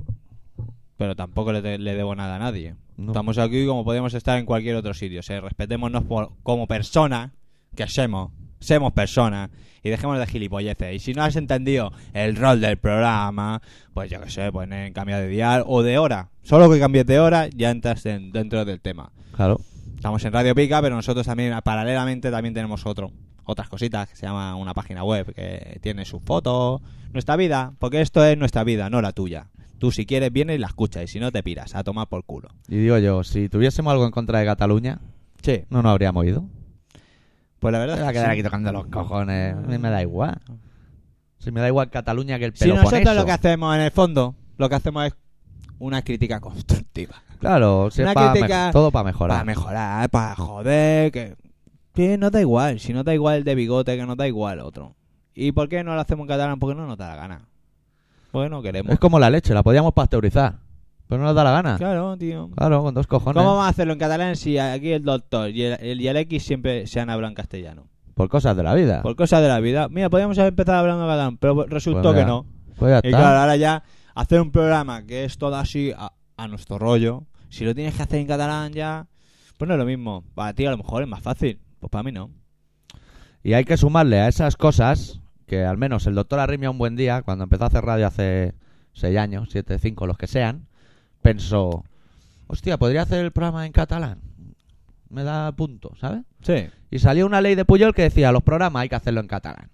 [SPEAKER 1] pero tampoco le, de- le debo nada a nadie.
[SPEAKER 2] No.
[SPEAKER 1] Estamos aquí como podemos estar en cualquier otro sitio. O sea, respetémonos por- como personas, que somos, somos personas, y dejemos de gilipolleces. Y si no has entendido el rol del programa, pues yo qué sé, pues nen, cambia de dial o de hora. Solo que cambies de hora ya entras en- dentro del tema.
[SPEAKER 2] Claro.
[SPEAKER 1] Estamos en Radio Pica, pero nosotros también, a- paralelamente, también tenemos otro, otras cositas que se llama una página web que tiene sus fotos, nuestra vida, porque esto es nuestra vida, no la tuya. Tú si quieres vienes y la escuchas y si no te piras, a tomar por culo.
[SPEAKER 2] Y digo yo, si tuviésemos algo en contra de Cataluña,
[SPEAKER 1] Sí.
[SPEAKER 2] no nos habríamos ido.
[SPEAKER 1] Pues la
[SPEAKER 2] Me
[SPEAKER 1] verdad
[SPEAKER 2] va a
[SPEAKER 1] es que
[SPEAKER 2] quedar
[SPEAKER 1] sí.
[SPEAKER 2] aquí tocando los cojones. A mí me da igual. Si me da igual Cataluña que el
[SPEAKER 1] Si
[SPEAKER 2] Peloponeso.
[SPEAKER 1] nosotros lo que hacemos en el fondo, lo que hacemos es una crítica constructiva.
[SPEAKER 2] Claro, si es
[SPEAKER 1] Una
[SPEAKER 2] pa
[SPEAKER 1] crítica
[SPEAKER 2] mej- todo para mejorar.
[SPEAKER 1] Para mejorar, para joder, que... que no da igual, si no da igual el de bigote, que no da igual otro. ¿Y por qué no lo hacemos en catalán? Porque no nos da la gana. Porque no queremos.
[SPEAKER 2] es como la leche, la podíamos pasteurizar. Pero no nos da la gana. Claro,
[SPEAKER 1] Claro, tío.
[SPEAKER 2] con dos cojones.
[SPEAKER 1] ¿Cómo vamos a hacerlo en catalán si aquí el doctor y el, el- y el X siempre se han hablado en castellano?
[SPEAKER 2] Por cosas de la vida.
[SPEAKER 1] Por cosas de la vida. Mira, podíamos haber empezado hablando en catalán, pero resultó
[SPEAKER 2] Pues
[SPEAKER 1] que
[SPEAKER 2] mira,
[SPEAKER 1] no.
[SPEAKER 2] Pues ya
[SPEAKER 1] Y
[SPEAKER 2] está.
[SPEAKER 1] claro, ahora ya hacer un programa que es todo así a, a nuestro rollo, si lo tienes que hacer en catalán ya, pues no es lo mismo. Para ti a lo mejor es más fácil, pues para mí no.
[SPEAKER 2] Y hay que sumarle a esas cosas que al menos el doctor Arrimia un buen día, cuando empezó a hacer radio hace 6 años, 7, 5, los que sean, pensó, hostia, podría hacer el programa en catalán. Me da punto, ¿sabes?
[SPEAKER 1] Sí.
[SPEAKER 2] Y salió una ley de Puyol que decía, los programas hay que hacerlo en catalán.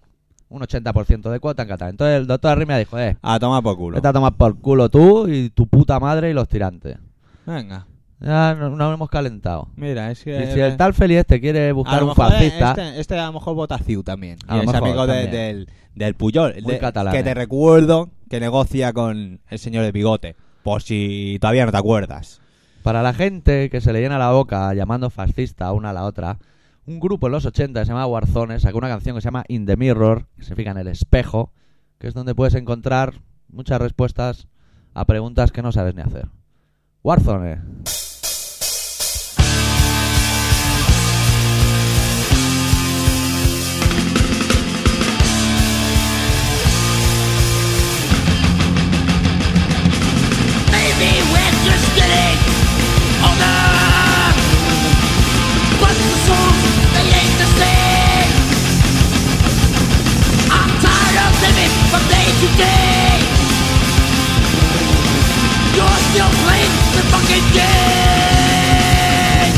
[SPEAKER 2] Un 80% de cuota en catalán. Entonces el doctor Arrimia dijo, eh,
[SPEAKER 1] A tomar por culo.
[SPEAKER 2] vete a tomar por culo tú y tu puta madre y los tirantes.
[SPEAKER 1] Venga,
[SPEAKER 2] Ya no- nos hemos calentado.
[SPEAKER 1] mira, es que...
[SPEAKER 2] Y si el tal Feliz te quiere
[SPEAKER 1] a
[SPEAKER 2] buscar
[SPEAKER 1] lo
[SPEAKER 2] un
[SPEAKER 1] mejor, eh,
[SPEAKER 2] fascista...
[SPEAKER 1] Este, este a lo mejor vota Ciu también.
[SPEAKER 2] A
[SPEAKER 1] Y
[SPEAKER 2] lo
[SPEAKER 1] es
[SPEAKER 2] mejor
[SPEAKER 1] amigo de-
[SPEAKER 2] también.
[SPEAKER 1] del, del Puyol.
[SPEAKER 2] Muy
[SPEAKER 1] de-
[SPEAKER 2] catalán,
[SPEAKER 1] Que
[SPEAKER 2] eh.
[SPEAKER 1] te recuerdo que negocia con el señor de bigote. Por si todavía no te acuerdas.
[SPEAKER 2] Para la gente que se le llena la boca llamando fascista a una a la otra, un grupo en los 80 que se llama Warzone sacó una canción que se llama In the Mirror, que significa en el espejo, que es donde puedes encontrar muchas respuestas a preguntas que no sabes ni hacer. Warzone.
[SPEAKER 5] Maybe we're just getting older, but the songs they ain't the same. I'm tired of living from day to day. You're still playing the fucking game.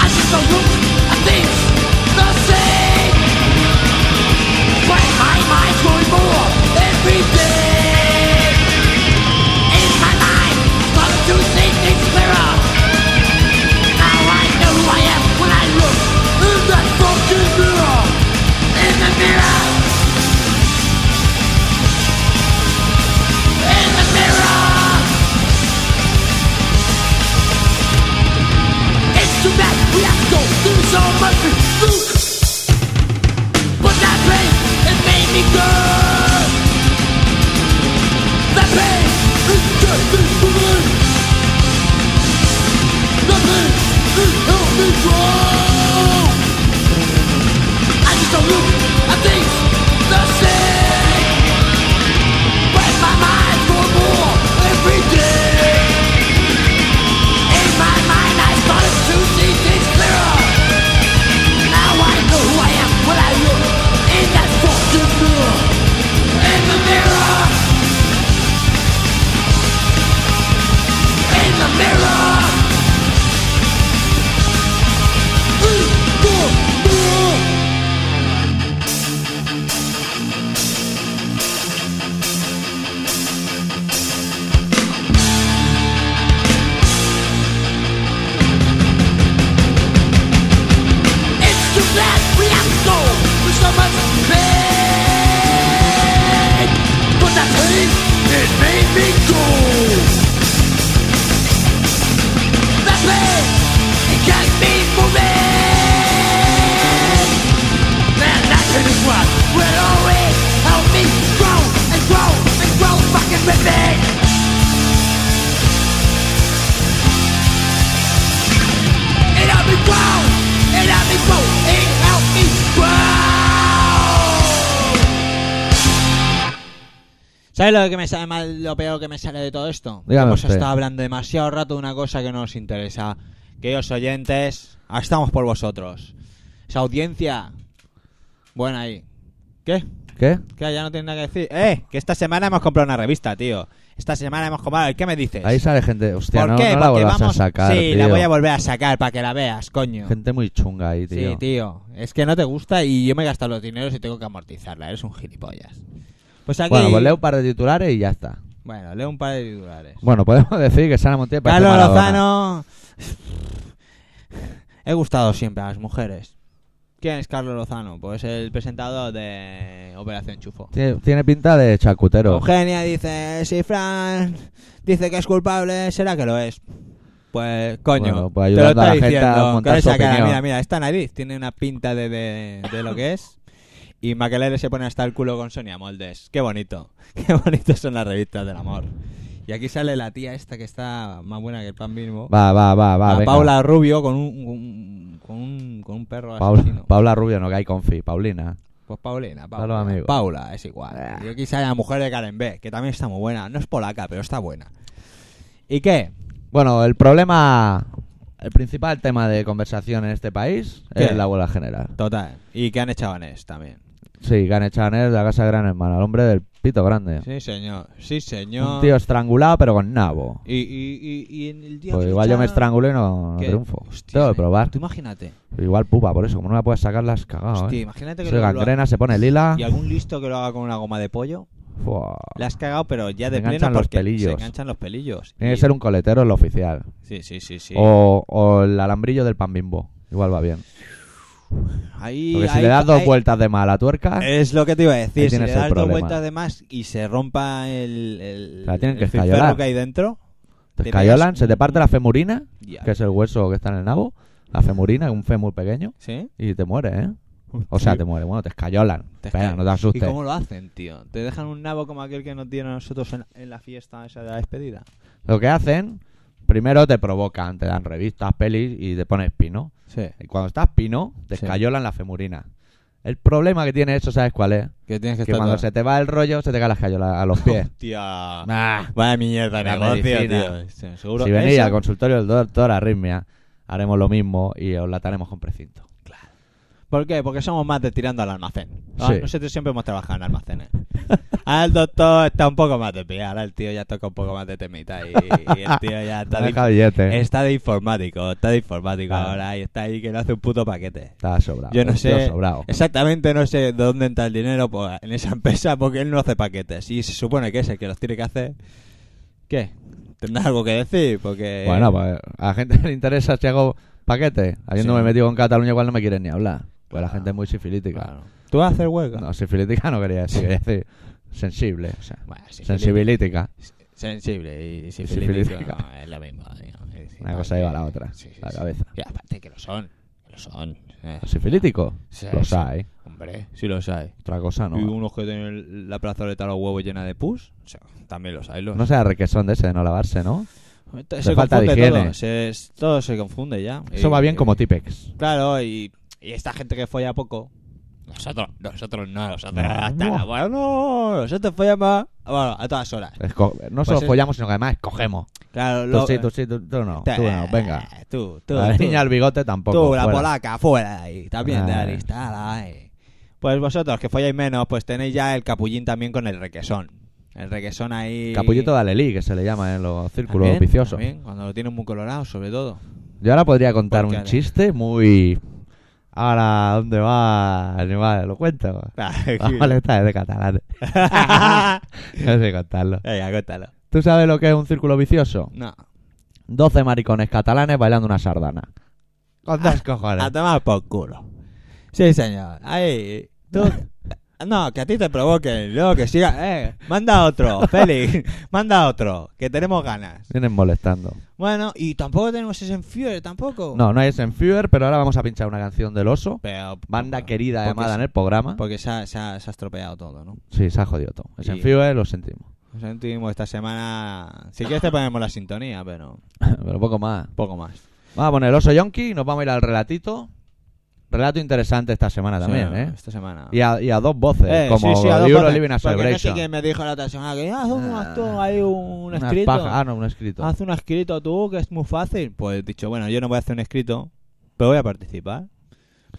[SPEAKER 5] I just don't look at things the same. But my mind's going more every day. In my mind, come to see things clearer. Now I know who I am when I look in that fucking mirror. In the mirror. In the mirror. It's too bad we have to go through so much to do. But that pain, it made me good. The pain is just a feeling. The pain is helping me grow. I just don't look at things the same. But my mind for more every day. In my mind, I started to see things clearer. Now I know who I am when I look in that fucking mirror. In the mirror. in the mirror. In the mirror. It's too bad we have to go through so much pain. But that pain, it made me go. The pain, it got me moving. Man, that pain is what will always help me grow and grow and grow fucking with me. It helped me grow. It helped me grow. It helped me grow.
[SPEAKER 1] ¿Sabes lo que me sale mal, lo peor que me sale de todo esto?
[SPEAKER 2] Dígame
[SPEAKER 1] Hemos
[SPEAKER 2] usted.
[SPEAKER 1] estado hablando demasiado rato de una cosa que no nos interesa. Queridos oyentes, ah, estamos por vosotros. Esa audiencia. Buena ahí. ¿Qué?
[SPEAKER 2] ¿Qué?
[SPEAKER 1] ¿Qué? Ya no tiene nada que decir. ¡Eh! Que esta semana hemos comprado una revista, tío. Esta semana hemos comprado. ¿Qué me dices?
[SPEAKER 2] Ahí sale gente. Hostia,
[SPEAKER 1] ¿Por
[SPEAKER 2] no,
[SPEAKER 1] qué?
[SPEAKER 2] no la
[SPEAKER 1] Porque
[SPEAKER 2] vuelvas
[SPEAKER 1] vamos.
[SPEAKER 2] a sacar.
[SPEAKER 1] sí, la
[SPEAKER 2] tío.
[SPEAKER 1] voy a volver a sacar para que la veas, coño.
[SPEAKER 2] Gente muy chunga ahí, tío.
[SPEAKER 1] Sí, tío. Es que no te gusta y yo me he gastado los dineros y tengo que amortizarla. Eres un gilipollas. Pues aquí.
[SPEAKER 2] Bueno, pues leo un par de titulares y ya está.
[SPEAKER 1] Bueno, leo un par de titulares.
[SPEAKER 2] Bueno, podemos decir que Sara Montiel parece
[SPEAKER 1] Carlos
[SPEAKER 2] Maradona.
[SPEAKER 1] Lozano. He gustado siempre a las mujeres. ¿Quién es Carlos Lozano? Pues el presentador de Operación Chufo.
[SPEAKER 2] Tiene, tiene pinta de charcutero.
[SPEAKER 1] Eugenia dice, si Fran dice que es culpable, será que lo es. Pues, coño,
[SPEAKER 2] Bueno, pues
[SPEAKER 1] te lo
[SPEAKER 2] ayudando a
[SPEAKER 1] está
[SPEAKER 2] la gente a
[SPEAKER 1] diciendo.
[SPEAKER 2] montar
[SPEAKER 1] con esa
[SPEAKER 2] su
[SPEAKER 1] cara,
[SPEAKER 2] opinión.
[SPEAKER 1] mira, mira, esta nariz tiene una pinta de, de, de lo que es. Y Maquelele se pone hasta el culo con Sonia Moldes. Qué bonito. Qué bonitos son las revistas del amor. Y aquí sale la tía esta que está más buena que el pan mismo.
[SPEAKER 2] Va, va, va, va.
[SPEAKER 1] La
[SPEAKER 2] venga.
[SPEAKER 1] Paula Rubio con un, un- con un, con un perro
[SPEAKER 2] Paula,
[SPEAKER 1] asesino.
[SPEAKER 2] Paula Rubio, no cae confi. Paulina.
[SPEAKER 1] Pues Paulina,
[SPEAKER 2] Dalo,
[SPEAKER 1] Paula.
[SPEAKER 2] amigo. Ah.
[SPEAKER 1] Paula, es igual. Yo quise a la mujer de Karen B, que también está muy buena. No es polaca, pero está buena. ¿Y qué?
[SPEAKER 2] Bueno, el problema. El principal tema de conversación en este país es
[SPEAKER 1] ¿Qué?
[SPEAKER 2] la abuela general.
[SPEAKER 1] Total. ¿Y qué han echado en es también?
[SPEAKER 2] Sí, Gane Chanel de la casa de Gran Hermano, el hombre del pito grande.
[SPEAKER 1] Sí, señor. Sí,
[SPEAKER 2] Un
[SPEAKER 1] señor.
[SPEAKER 2] tío estrangulado, pero con nabo.
[SPEAKER 1] Y, y, y, y en el día
[SPEAKER 2] Pues
[SPEAKER 1] que
[SPEAKER 2] igual yo me
[SPEAKER 1] echaron-
[SPEAKER 2] estrangulo y no, no
[SPEAKER 1] ¿Qué?
[SPEAKER 2] triunfo.
[SPEAKER 1] Hostia,
[SPEAKER 2] Tengo que
[SPEAKER 1] nen,
[SPEAKER 2] probar.
[SPEAKER 1] Tú imagínate.
[SPEAKER 2] Igual pupa, por eso. Como no me puedes sacar, la has cagado,
[SPEAKER 1] Hostia,
[SPEAKER 2] ¿eh?
[SPEAKER 1] imagínate que
[SPEAKER 2] Se
[SPEAKER 1] lo- lo-
[SPEAKER 2] gangrena, se pone lila.
[SPEAKER 1] Y algún listo que lo haga con una goma de pollo.
[SPEAKER 2] Fua.
[SPEAKER 1] La has cagado, pero ya de
[SPEAKER 2] Ah. Se
[SPEAKER 1] pleno
[SPEAKER 2] enganchan los
[SPEAKER 1] porque
[SPEAKER 2] pelillos.
[SPEAKER 1] se enganchan los pelillos.
[SPEAKER 2] Tiene
[SPEAKER 1] Y-
[SPEAKER 2] que ser un Oh, coletero el oficial.
[SPEAKER 1] Sí, sí, sí, sí.
[SPEAKER 2] O, o el alambrillo del pan bimbo. Igual va bien.
[SPEAKER 1] Ahí,
[SPEAKER 2] Porque si
[SPEAKER 1] ahí- Eh,
[SPEAKER 2] le das dos
[SPEAKER 1] ahí-
[SPEAKER 2] vueltas de más a la tuerca,
[SPEAKER 1] Es lo que te iba a
[SPEAKER 2] Ahí
[SPEAKER 1] decir. Si le
[SPEAKER 2] tienes el
[SPEAKER 1] das dos
[SPEAKER 2] problema.
[SPEAKER 1] vueltas de más y se rompa el, el,
[SPEAKER 2] La tienen que
[SPEAKER 1] el filferro
[SPEAKER 2] escayolar.
[SPEAKER 1] que hay dentro,
[SPEAKER 2] te
[SPEAKER 1] te
[SPEAKER 2] escayolan,
[SPEAKER 1] pegas
[SPEAKER 2] se te
[SPEAKER 1] un-
[SPEAKER 2] parte la femurina,
[SPEAKER 1] ya.
[SPEAKER 2] que es el hueso que está en el nabo, La femurina es un fémur pequeño
[SPEAKER 1] ¿Sí?
[SPEAKER 2] y te mueres, ¿eh? O sea, te mueres. Bueno, te escayolan.
[SPEAKER 1] Te
[SPEAKER 2] Espera,
[SPEAKER 1] esca-
[SPEAKER 2] no te
[SPEAKER 1] ¿Y
[SPEAKER 2] asustes.
[SPEAKER 1] cómo lo hacen, tío? ¿Te dejan un nabo como aquel que nos dieron a nosotros en, en la fiesta esa de la despedida?
[SPEAKER 2] Lo que hacen, primero te provocan, te dan revistas, pelis y te pones pino.
[SPEAKER 1] Sí.
[SPEAKER 2] Y cuando estás pino, te
[SPEAKER 1] Sí.
[SPEAKER 2] escayolan la femurina. El problema que tiene eso, ¿sabes cuál es?
[SPEAKER 1] Que tienes que
[SPEAKER 2] Que
[SPEAKER 1] estar
[SPEAKER 2] cuando
[SPEAKER 1] todo-
[SPEAKER 2] se te va el rollo, se te cae la escayola a los pies.
[SPEAKER 1] Hostia.
[SPEAKER 2] Ah,
[SPEAKER 1] Vaya mierda de
[SPEAKER 2] La
[SPEAKER 1] negocio,
[SPEAKER 2] medicina.
[SPEAKER 1] tío. Sí, Seguro
[SPEAKER 2] si venís
[SPEAKER 1] esa-
[SPEAKER 2] al consultorio del doctor Arritmia, haremos lo mismo y os la ataremos con precinto.
[SPEAKER 1] ¿Por qué? Porque somos más de tirando al almacén. ¿no?
[SPEAKER 2] Sí.
[SPEAKER 1] Nosotros siempre hemos trabajado en almacenes. Ahora el doctor está un poco más de pie. Ahora el tío ya toca un poco más de temita. Y, y el tío ya está,
[SPEAKER 2] Deja
[SPEAKER 1] de,
[SPEAKER 2] billete.
[SPEAKER 1] está de informático. Está de informático
[SPEAKER 2] Eh. Claro.
[SPEAKER 1] ahora. Y está ahí que no hace un puto paquete.
[SPEAKER 2] Está sobrado.
[SPEAKER 1] Yo no
[SPEAKER 2] el tío
[SPEAKER 1] sé.
[SPEAKER 2] sobrado.
[SPEAKER 1] Exactamente no sé de dónde entra el dinero pues, en esa empresa porque él no hace paquetes. Y se supone que es el que los tiene que hacer. ¿Qué? ¿Tendrás algo que decir? Porque.
[SPEAKER 2] Bueno, pues a la gente le interesa si hago paquete. Habiéndome
[SPEAKER 1] Sí.
[SPEAKER 2] metido con Cataluña, igual no me quieren ni hablar. Pues la
[SPEAKER 1] Claro.
[SPEAKER 2] gente es muy sifilítica.
[SPEAKER 1] Claro. ¿Tú vas a hacer huelga?
[SPEAKER 2] No, sifilítica no quería decir, quería decir sensible. O sea,
[SPEAKER 1] Bueno, sí,
[SPEAKER 2] sensibilítica.
[SPEAKER 1] Sensible y
[SPEAKER 2] Sifilítica.
[SPEAKER 1] sifilítica no, "Ah, es lo mismo. digamos, es decir,
[SPEAKER 2] Una
[SPEAKER 1] no,
[SPEAKER 2] cosa
[SPEAKER 1] que-
[SPEAKER 2] lleva a la otra, la cabeza.
[SPEAKER 1] Y aparte que lo son. que Lo son. eh.
[SPEAKER 2] ¿Sifilítico?
[SPEAKER 1] Sí,
[SPEAKER 2] Los
[SPEAKER 1] sí.
[SPEAKER 2] hay.
[SPEAKER 1] Hombre, sí los hay.
[SPEAKER 2] Otra cosa
[SPEAKER 1] Y
[SPEAKER 2] no.
[SPEAKER 1] unos que tienen la plazoleta los huevos llena de pus. o sea, también los hay. Los...
[SPEAKER 2] No sea requesón de ese de no lavarse, ¿no?
[SPEAKER 1] Entonces,
[SPEAKER 2] hace
[SPEAKER 1] se
[SPEAKER 2] falta de
[SPEAKER 1] confunde
[SPEAKER 2] higiene.
[SPEAKER 1] todo. se- todo se confunde ya.
[SPEAKER 2] Eso
[SPEAKER 1] Y-
[SPEAKER 2] va bien
[SPEAKER 1] y-
[SPEAKER 2] como Tipex.
[SPEAKER 1] Claro, y, y esta gente que folla poco. Nosotros, nosotros no, nosotros hasta la- Bueno, no, nosotros follamos bueno, a todas horas.
[SPEAKER 2] Esco- No solo
[SPEAKER 1] Pues es-
[SPEAKER 2] follamos, sino que además escogemos.
[SPEAKER 1] Claro,
[SPEAKER 2] Tú
[SPEAKER 1] lo-
[SPEAKER 2] sí, tú sí, tú, tú no.
[SPEAKER 1] Te- eh,
[SPEAKER 2] Tú no, venga.
[SPEAKER 1] Tú, tú,
[SPEAKER 2] La
[SPEAKER 1] tú.
[SPEAKER 2] niña al bigote tampoco.
[SPEAKER 1] Tú, la
[SPEAKER 2] fuera.
[SPEAKER 1] polaca, fuera de ahí. También de la
[SPEAKER 2] Ah.
[SPEAKER 1] lista, ala, eh. Pues vosotros, que folláis menos, pues tenéis ya el capullín también con el requesón. El requesón ahí...
[SPEAKER 2] Capullito de Alelí, que se le llama en los círculos
[SPEAKER 1] También,
[SPEAKER 2] viciosos.
[SPEAKER 1] también, cuando lo tienen muy colorado, sobre todo.
[SPEAKER 2] Yo ahora podría contar
[SPEAKER 1] Porque
[SPEAKER 2] un
[SPEAKER 1] ahora-
[SPEAKER 2] chiste muy. Ahora, ¿dónde va? Animal, lo cuento. La maleta es de catalán. no sé contarlo.
[SPEAKER 1] Venga, cuéntalo.
[SPEAKER 2] ¿Tú sabes lo que es un círculo vicioso?
[SPEAKER 1] No,
[SPEAKER 2] 12 maricones catalanes bailando una sardana. Con
[SPEAKER 1] Ah,
[SPEAKER 2] dos cojones.
[SPEAKER 1] a tomar por culo. Sí, señor. Ahí, tú... No, que a ti te provoquen, luego que siga... Eh, manda otro, Félix, manda otro, que tenemos ganas.
[SPEAKER 2] Vienen molestando.
[SPEAKER 1] Bueno, y tampoco tenemos ese enfiore, tampoco.
[SPEAKER 2] No, no es en Fever, pero ahora vamos a pinchar una canción del oso.
[SPEAKER 1] Pero,
[SPEAKER 2] Banda querida
[SPEAKER 1] Porque
[SPEAKER 2] llamada
[SPEAKER 1] es-
[SPEAKER 2] en el programa.
[SPEAKER 1] Porque se ha, se ha- se ha estropeado todo, ¿no?
[SPEAKER 2] Sí, se ha jodido todo. Es en
[SPEAKER 1] Y-
[SPEAKER 2] Fever, lo sentimos.
[SPEAKER 1] Nos sentimos esta semana. Si quieres, te ponemos la sintonía, pero
[SPEAKER 2] pero poco más.
[SPEAKER 1] poco más.
[SPEAKER 2] Vamos a poner el oso yonki y nos vamos a ir al relatito. Relato interesante esta semana también,
[SPEAKER 1] Sí,
[SPEAKER 2] ¿eh?
[SPEAKER 1] Esta semana.
[SPEAKER 2] Y a, y a dos voces,
[SPEAKER 1] Eh,
[SPEAKER 2] Este, como
[SPEAKER 1] sí, sí, a dos
[SPEAKER 2] You Don't
[SPEAKER 1] voces,
[SPEAKER 2] Live in a
[SPEAKER 1] porque no sé
[SPEAKER 2] Celebration.
[SPEAKER 1] quién me dijo la otra semana que haz un,
[SPEAKER 2] Ah,
[SPEAKER 1] haz tú ahí un
[SPEAKER 2] Unas
[SPEAKER 1] escrito.
[SPEAKER 2] pajas- Ah, no, un escrito.
[SPEAKER 1] Haz un escrito tú, que es muy fácil. Pues he dicho, bueno, yo no voy a hacer un escrito, pero voy a participar.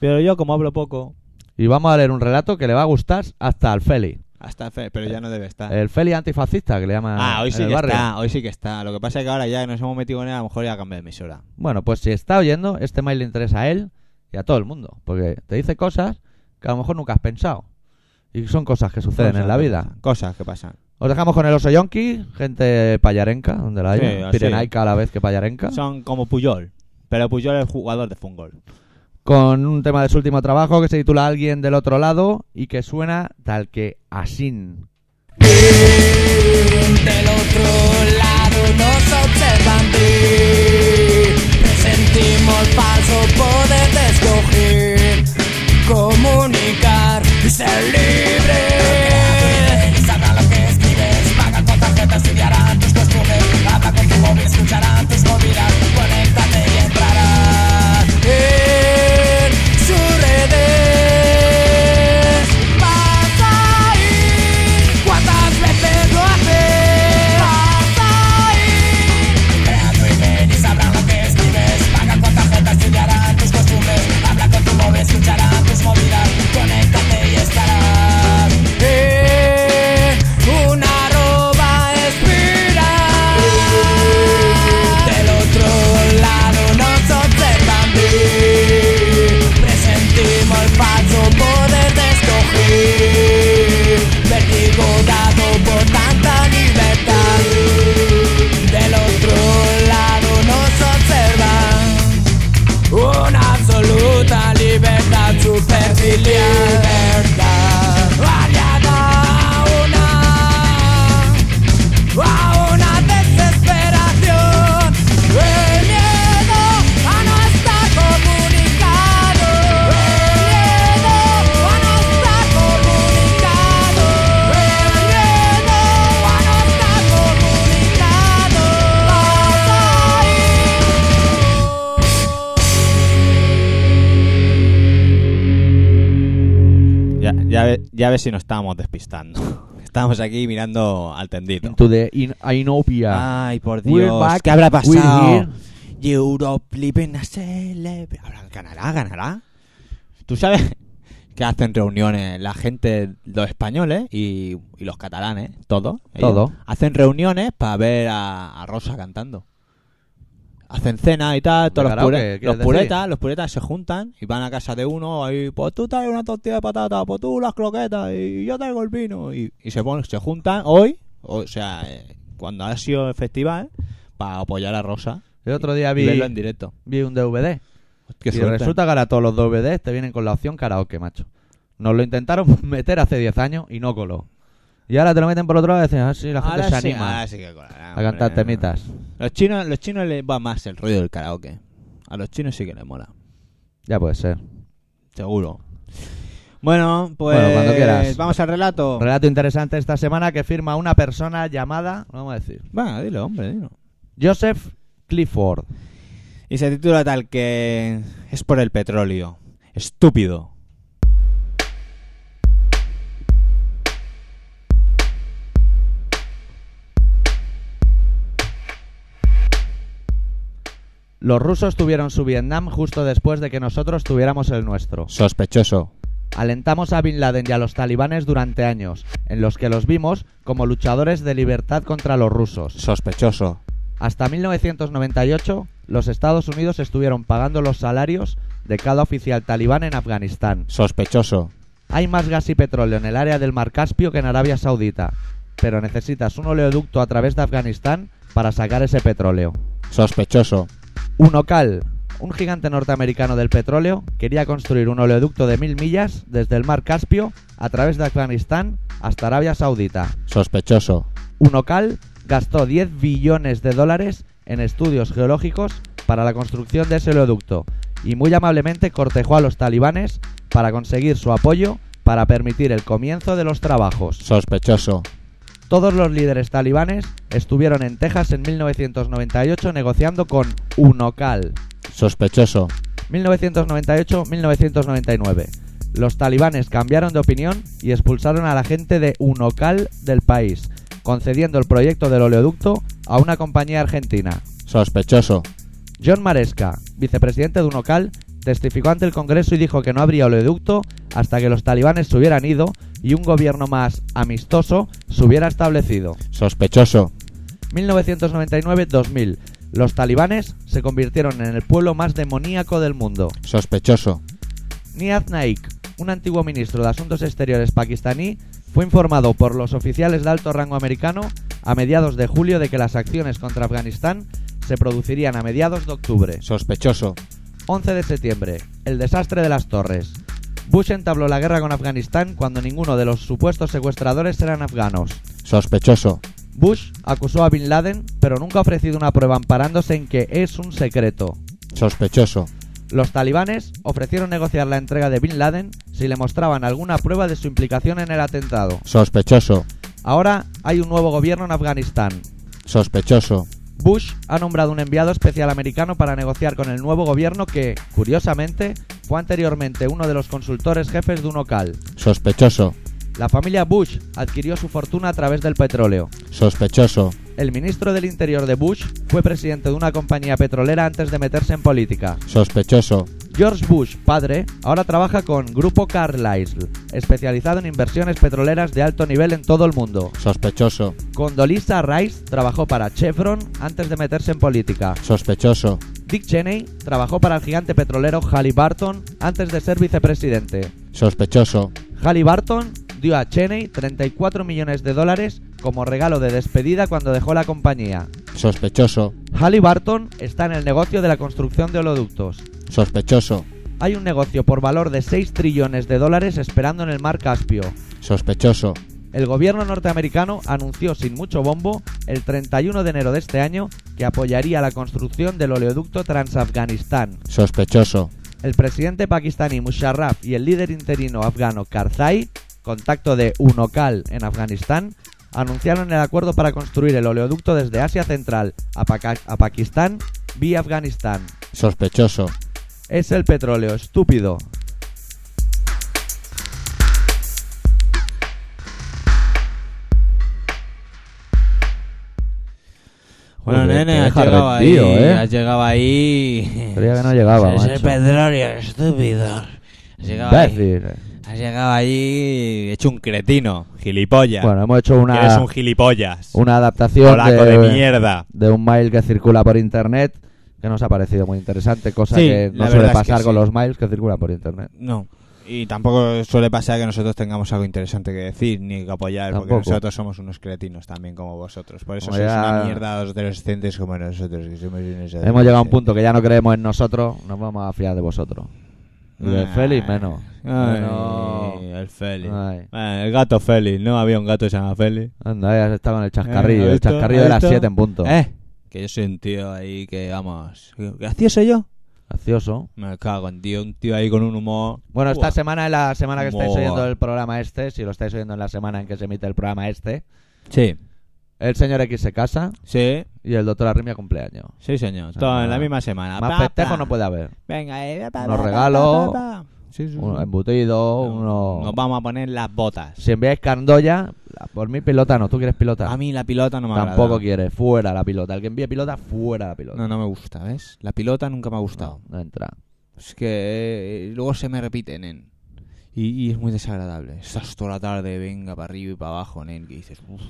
[SPEAKER 1] Pero yo, como hablo poco,
[SPEAKER 2] Y vamos a leer un relato que le va a gustar hasta al Feli.
[SPEAKER 1] hasta fe, pero ya no debe estar.
[SPEAKER 2] El Feli antifascista, que le llaman
[SPEAKER 1] ah, hoy
[SPEAKER 2] Eh, en
[SPEAKER 1] sí
[SPEAKER 2] el
[SPEAKER 1] que
[SPEAKER 2] barrio.
[SPEAKER 1] está, hoy sí que está. Lo que pasa es que ahora ya nos hemos metido en él, a lo mejor ya cambié de emisora.
[SPEAKER 2] Bueno, pues si está oyendo, este mail le interesa a él y a todo el mundo, porque te dice cosas que a lo mejor nunca has pensado. Y son cosas que suceden
[SPEAKER 1] Cosas
[SPEAKER 2] en la
[SPEAKER 1] que
[SPEAKER 2] vida.
[SPEAKER 1] pasan, Cosas que pasan.
[SPEAKER 2] Os dejamos con el oso yonki, gente payarenca, donde la
[SPEAKER 1] Sí,
[SPEAKER 2] haya,
[SPEAKER 1] así.
[SPEAKER 2] pirenaica a la vez que payarenca,
[SPEAKER 1] Son como Puyol. Pero Puyol es jugador de fútbol.
[SPEAKER 2] con un tema de su último trabajo que se titula Alguien del otro lado y que suena tal que Asin.
[SPEAKER 6] Del otro lado nos observan bien. Presentimos falso poder de escoger, comunicar y ser libre. Sabrá lo que escribes, paga con tarjetas y harán tus costumbres. Habla con tu móvil, escucharán tus movidas. Conéctate y entrarás en sus redes. Vas a ir, ¿Cuántas veces lo haces? Vas a ir. Crea tu imagen y sal
[SPEAKER 1] Ya, ve- ya ves si nos estábamos despistando. Estábamos aquí mirando al tendido.
[SPEAKER 2] Into the in Inopia.
[SPEAKER 1] Ay, por Ah,
[SPEAKER 2] We're
[SPEAKER 1] Dios,
[SPEAKER 2] back,
[SPEAKER 1] ¿qué habrá
[SPEAKER 2] we're
[SPEAKER 1] pasado?
[SPEAKER 2] here.
[SPEAKER 1] Europe living a celebra- Habrá- ¿Ganará? ¿Ganará? ¿Tú sabes que hacen reuniones la gente, los españoles y, y los catalanes, todos? ellos,
[SPEAKER 2] Todo.
[SPEAKER 1] Hacen reuniones para ver a, a Rosa cantando. Hacen cena y tal, todos los,
[SPEAKER 2] Claro,
[SPEAKER 1] pure-
[SPEAKER 2] ¿qué quieres
[SPEAKER 1] los
[SPEAKER 2] decir?
[SPEAKER 1] puretas, los puretas se juntan y van a casa de uno y pues tú traes una tortilla de patata, pues tú las croquetas y yo traigo el vino y, y se ponen, se juntan hoy, o sea, eh, cuando ha sido el festival para apoyar a Rosa
[SPEAKER 2] El otro día
[SPEAKER 1] y
[SPEAKER 2] vi,
[SPEAKER 1] verlo en directo.
[SPEAKER 2] vi un DVD.
[SPEAKER 1] Qué
[SPEAKER 2] y
[SPEAKER 1] suerte.
[SPEAKER 2] resulta que ahora todos los DVDs te vienen con la opción karaoke, macho. Nos lo intentaron meter hace 10 años y no coló. Y ahora te lo meten por otro lado y dicen, ah, sí, la gente
[SPEAKER 1] Ahora
[SPEAKER 2] se
[SPEAKER 1] sí,
[SPEAKER 2] anima
[SPEAKER 1] ahora sí que colará,
[SPEAKER 2] a cantar
[SPEAKER 1] hombre.
[SPEAKER 2] temitas.
[SPEAKER 1] Los chinos, los chinos les va más el rollo del karaoke. A los chinos sí que les mola,
[SPEAKER 2] Ya puede ser.
[SPEAKER 1] seguro. Bueno, pues
[SPEAKER 2] Bueno, cuando quieras.
[SPEAKER 1] vamos al relato.
[SPEAKER 2] Relato interesante esta semana que firma una persona llamada, vamos a decir,
[SPEAKER 1] Bueno, dilo, hombre, dilo.
[SPEAKER 2] Joseph Clifford.
[SPEAKER 1] Y se titula tal que es por el petróleo. Estúpido.
[SPEAKER 2] Los rusos tuvieron su Vietnam justo después de que nosotros tuviéramos el nuestro.
[SPEAKER 1] Sospechoso.
[SPEAKER 2] Alentamos a Bin Laden y a los talibanes durante años, en los que los vimos como luchadores de libertad contra los rusos.
[SPEAKER 1] Sospechoso.
[SPEAKER 2] Hasta 1998, los Estados Unidos estuvieron pagando los salarios de cada oficial talibán en Afganistán.
[SPEAKER 1] Sospechoso.
[SPEAKER 2] Hay más gas y petróleo en el área del Mar Caspio que en Arabia Saudita, pero necesitas un oleoducto a través de Afganistán para sacar ese petróleo.
[SPEAKER 1] Sospechoso.
[SPEAKER 2] Unocal, un gigante norteamericano del petróleo, quería construir un oleoducto de mil millas desde el mar Caspio a través de Afganistán hasta Arabia Saudita.
[SPEAKER 1] Sospechoso.
[SPEAKER 2] Unocal gastó 10 billones de dólares en estudios geológicos para la construcción de ese oleoducto y muy amablemente cortejó a los talibanes para conseguir su apoyo para permitir el comienzo de los trabajos.
[SPEAKER 1] Sospechoso.
[SPEAKER 2] Todos los líderes talibanes estuvieron en Texas en 1998 negociando con Unocal.
[SPEAKER 1] Sospechoso.
[SPEAKER 2] 1998-1999. Los talibanes cambiaron de opinión y expulsaron a la gente de Unocal del país, concediendo el proyecto del oleoducto a una compañía argentina.
[SPEAKER 1] Sospechoso.
[SPEAKER 2] John Maresca, vicepresidente de Unocal, testificó ante el Congreso y dijo que no habría oleoducto hasta que los talibanes se hubieran ido y un gobierno más amistoso se hubiera establecido.
[SPEAKER 1] Sospechoso.
[SPEAKER 2] 1999-2000. Los talibanes se convirtieron en el pueblo más demoníaco del mundo.
[SPEAKER 1] Sospechoso.
[SPEAKER 2] Niaz Naik, un antiguo ministro de Asuntos Exteriores pakistaní, fue informado por los oficiales de alto rango americano a mediados de julio de que las acciones contra Afganistán se producirían a mediados de octubre.
[SPEAKER 1] Sospechoso.
[SPEAKER 2] 11 de septiembre, el desastre de las torres. Bush entabló la guerra con Afganistán cuando ninguno de los supuestos secuestradores eran afganos.
[SPEAKER 1] Sospechoso.
[SPEAKER 2] Bush acusó a Bin Laden, pero nunca ha ofrecido una prueba amparándose en que es un secreto.
[SPEAKER 1] Sospechoso.
[SPEAKER 2] Los talibanes ofrecieron negociar la entrega de Bin Laden si le mostraban alguna prueba de su implicación en el atentado.
[SPEAKER 1] Sospechoso.
[SPEAKER 2] Ahora hay un nuevo gobierno en Afganistán.
[SPEAKER 1] Sospechoso.
[SPEAKER 2] Bush ha nombrado un enviado especial americano para negociar con el nuevo gobierno que, curiosamente, fue anteriormente uno de los consultores jefes de Unocal.
[SPEAKER 1] Sospechoso.
[SPEAKER 2] La familia Bush adquirió su fortuna a través del petróleo.
[SPEAKER 1] Sospechoso.
[SPEAKER 2] El ministro del Interior de Bush fue presidente de una compañía petrolera antes de meterse en política.
[SPEAKER 1] Sospechoso.
[SPEAKER 2] George Bush, padre, ahora trabaja con Grupo Carlyle, especializado en inversiones petroleras de alto nivel en todo el mundo.
[SPEAKER 1] Sospechoso.
[SPEAKER 2] Condoleezza Rice trabajó para Chevron antes de meterse en política.
[SPEAKER 1] Sospechoso.
[SPEAKER 2] Dick Cheney trabajó para el gigante petrolero Halliburton antes de ser vicepresidente.
[SPEAKER 1] Sospechoso.
[SPEAKER 2] Halliburton dio a Cheney 34 millones de dólares como regalo de despedida cuando dejó la compañía.
[SPEAKER 1] Sospechoso.
[SPEAKER 2] Halliburton está en el negocio de la construcción de oleoductos.
[SPEAKER 1] Sospechoso.
[SPEAKER 2] Hay un negocio por valor de 6 trillones de dólares esperando en el mar Caspio.
[SPEAKER 1] Sospechoso.
[SPEAKER 2] El gobierno norteamericano anunció sin mucho bombo el 31 de enero de este año que apoyaría la construcción del oleoducto Transafganistán.
[SPEAKER 1] Sospechoso.
[SPEAKER 2] El presidente pakistaní Musharraf y el líder interino afgano Karzai, contacto de Unocal en Afganistán, anunciaron el acuerdo para construir el oleoducto desde Asia Central a, Paca- a Pakistán vía Afganistán.
[SPEAKER 1] Sospechoso.
[SPEAKER 2] Es el petróleo, estúpido.
[SPEAKER 1] Bueno,
[SPEAKER 2] Joder,
[SPEAKER 1] nene,
[SPEAKER 2] te
[SPEAKER 1] has
[SPEAKER 2] deja
[SPEAKER 1] llegado ahí.
[SPEAKER 2] rendido, ¿eh?
[SPEAKER 1] Has llegado ahí.
[SPEAKER 2] Creía que no llegaba,
[SPEAKER 1] Ese
[SPEAKER 2] macho.
[SPEAKER 1] pedrorio, estúpido. Has llegado ahí.
[SPEAKER 2] Imbécil.
[SPEAKER 1] Has llegado ahí hecho un cretino. Gilipollas.
[SPEAKER 2] Bueno, hemos hecho
[SPEAKER 1] Eres
[SPEAKER 2] una,
[SPEAKER 1] un gilipollas.
[SPEAKER 2] una adaptación
[SPEAKER 1] polaco de,
[SPEAKER 2] de,
[SPEAKER 1] mierda.
[SPEAKER 2] de un mail que circula por internet que nos ha parecido muy interesante, cosa
[SPEAKER 1] Sí,
[SPEAKER 2] que
[SPEAKER 1] la
[SPEAKER 2] no
[SPEAKER 1] verdad
[SPEAKER 2] suele
[SPEAKER 1] es que
[SPEAKER 2] pasar con
[SPEAKER 1] sí.
[SPEAKER 2] los mails que circulan por internet.
[SPEAKER 1] No. Y tampoco suele pasar que nosotros tengamos algo interesante que decir ni que apoyar, porque
[SPEAKER 2] Tampoco.
[SPEAKER 1] nosotros somos unos cretinos también como vosotros. Por eso
[SPEAKER 2] Como
[SPEAKER 1] sois
[SPEAKER 2] ya-
[SPEAKER 1] una mierda los adolescentes como nosotros, que somos unos
[SPEAKER 2] Hemos llegado a un
[SPEAKER 1] adolescentes.
[SPEAKER 2] punto que ya no creemos en nosotros, nos vamos a fiar de vosotros. Y de
[SPEAKER 1] Ay.
[SPEAKER 2] Félix menos.
[SPEAKER 1] Ay,
[SPEAKER 2] Menos-
[SPEAKER 1] el Félix.
[SPEAKER 2] Ay.
[SPEAKER 1] Bueno, el gato Félix, ¿no? Había un gato que se llama Félix.
[SPEAKER 2] Anda, ya has estado en el
[SPEAKER 1] Eh,
[SPEAKER 2] chascarrillo.
[SPEAKER 1] ¿has
[SPEAKER 2] el
[SPEAKER 1] visto?
[SPEAKER 2] chascarrillo
[SPEAKER 1] ¿has
[SPEAKER 2] de las
[SPEAKER 1] visto?
[SPEAKER 2] 7 en punto.
[SPEAKER 1] Eh, que yo soy un tío ahí que, vamos, gracioso yo.
[SPEAKER 2] Gracioso.
[SPEAKER 1] Me cago en tío, un tío ahí con un humor.
[SPEAKER 2] Bueno, esta
[SPEAKER 1] Buah.
[SPEAKER 2] semana es la semana que estáis
[SPEAKER 1] Buah.
[SPEAKER 2] oyendo el programa este. Si lo estáis oyendo en la semana en que se emite el programa este,
[SPEAKER 1] Sí,
[SPEAKER 2] el señor X se casa
[SPEAKER 1] sí,
[SPEAKER 2] y el doctor Arrimia cumpleaños.
[SPEAKER 1] sí, señor.
[SPEAKER 2] Ah.
[SPEAKER 1] Todo en la misma semana.
[SPEAKER 2] Más
[SPEAKER 1] Pa,
[SPEAKER 2] festejo
[SPEAKER 1] pa.
[SPEAKER 2] no puede haber.
[SPEAKER 1] Venga, eh, pa, pa,
[SPEAKER 2] Unos
[SPEAKER 1] pa, pa,
[SPEAKER 2] regalos,
[SPEAKER 1] pa, pa. Sí, sí, sí.
[SPEAKER 2] Uno embutido, uno.
[SPEAKER 1] Nos vamos a poner las botas.
[SPEAKER 2] Si enviáis candoya, la- por mí pilota no. ¿Tú quieres pilota?
[SPEAKER 1] A mí la pilota no me
[SPEAKER 2] Tampoco
[SPEAKER 1] agrada.
[SPEAKER 2] quieres. Fuera la pilota. El que envíe pilota, fuera la pilota.
[SPEAKER 1] No, no me gusta, ¿ves? La pilota nunca me ha gustado.
[SPEAKER 2] No, no entra.
[SPEAKER 1] Es que eh, luego se me repiten, nen. Y, y es muy desagradable. Estás toda la tarde, venga, para arriba y para abajo, nen. Que dices, uff.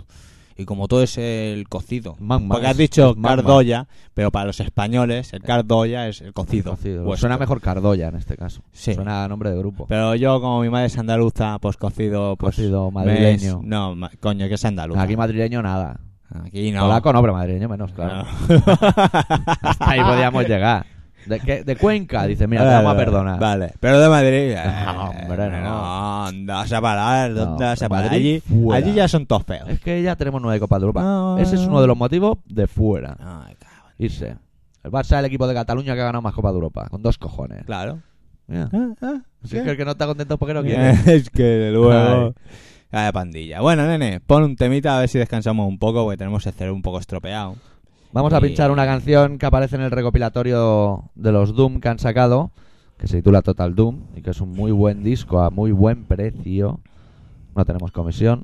[SPEAKER 1] Y como todo es el cocido.
[SPEAKER 2] Magma,
[SPEAKER 1] Porque
[SPEAKER 2] es-
[SPEAKER 1] has dicho
[SPEAKER 2] es magma.
[SPEAKER 1] cardoya, pero para los españoles el cardoya es el cocido.
[SPEAKER 2] Cocido.
[SPEAKER 1] vuestro.
[SPEAKER 2] Suena mejor Cardoya en este caso.
[SPEAKER 1] Sí.
[SPEAKER 2] Suena a nombre de grupo.
[SPEAKER 1] Pero yo, como mi madre es andaluza, pues cocido. Pues,
[SPEAKER 2] Cocido
[SPEAKER 1] me
[SPEAKER 2] madrileño.
[SPEAKER 1] es- No, ma- coño, que es andaluza.
[SPEAKER 2] Aquí madrileño nada.
[SPEAKER 1] Aquí no.
[SPEAKER 2] Polaco no, pero madrileño menos, claro.
[SPEAKER 1] No.
[SPEAKER 2] Hasta ahí podíamos llegar. ¿De, qué? ¿De Cuenca? Dice, mira, te
[SPEAKER 1] Vale,
[SPEAKER 2] vamos a
[SPEAKER 1] vale,
[SPEAKER 2] perdonar.
[SPEAKER 1] Vale, pero de Madrid. eh,
[SPEAKER 2] No, hombre, no.
[SPEAKER 1] ¿Dónde vas a parar?
[SPEAKER 2] No,
[SPEAKER 1] ¿Dónde vas a
[SPEAKER 2] de
[SPEAKER 1] parar? Allí,
[SPEAKER 2] Madrid, fuera.
[SPEAKER 1] allí ya son todos feos.
[SPEAKER 2] Es que ya tenemos nueve Copas de Europa.
[SPEAKER 1] No,
[SPEAKER 2] Ese es
[SPEAKER 1] no.
[SPEAKER 2] uno de los motivos de fuera.
[SPEAKER 1] Ay, cabrón.
[SPEAKER 2] Irse. El Barça es el equipo de Cataluña que ha ganado más Copas de Europa. Con dos cojones.
[SPEAKER 1] Claro.
[SPEAKER 2] Mira. Si es que
[SPEAKER 1] ¿Qué?
[SPEAKER 2] el que no está contento Ah, es porque no quiere.
[SPEAKER 1] es que de luego. Ay, pandilla. Bueno, nene, pon un temita a ver si descansamos un poco porque tenemos el cerebro un poco estropeado.
[SPEAKER 2] Vamos a
[SPEAKER 1] Y-
[SPEAKER 2] pinchar una canción que aparece en el recopilatorio de los Doom que han sacado, que se titula Total Doom y que es un muy buen disco a muy buen precio. No tenemos comisión,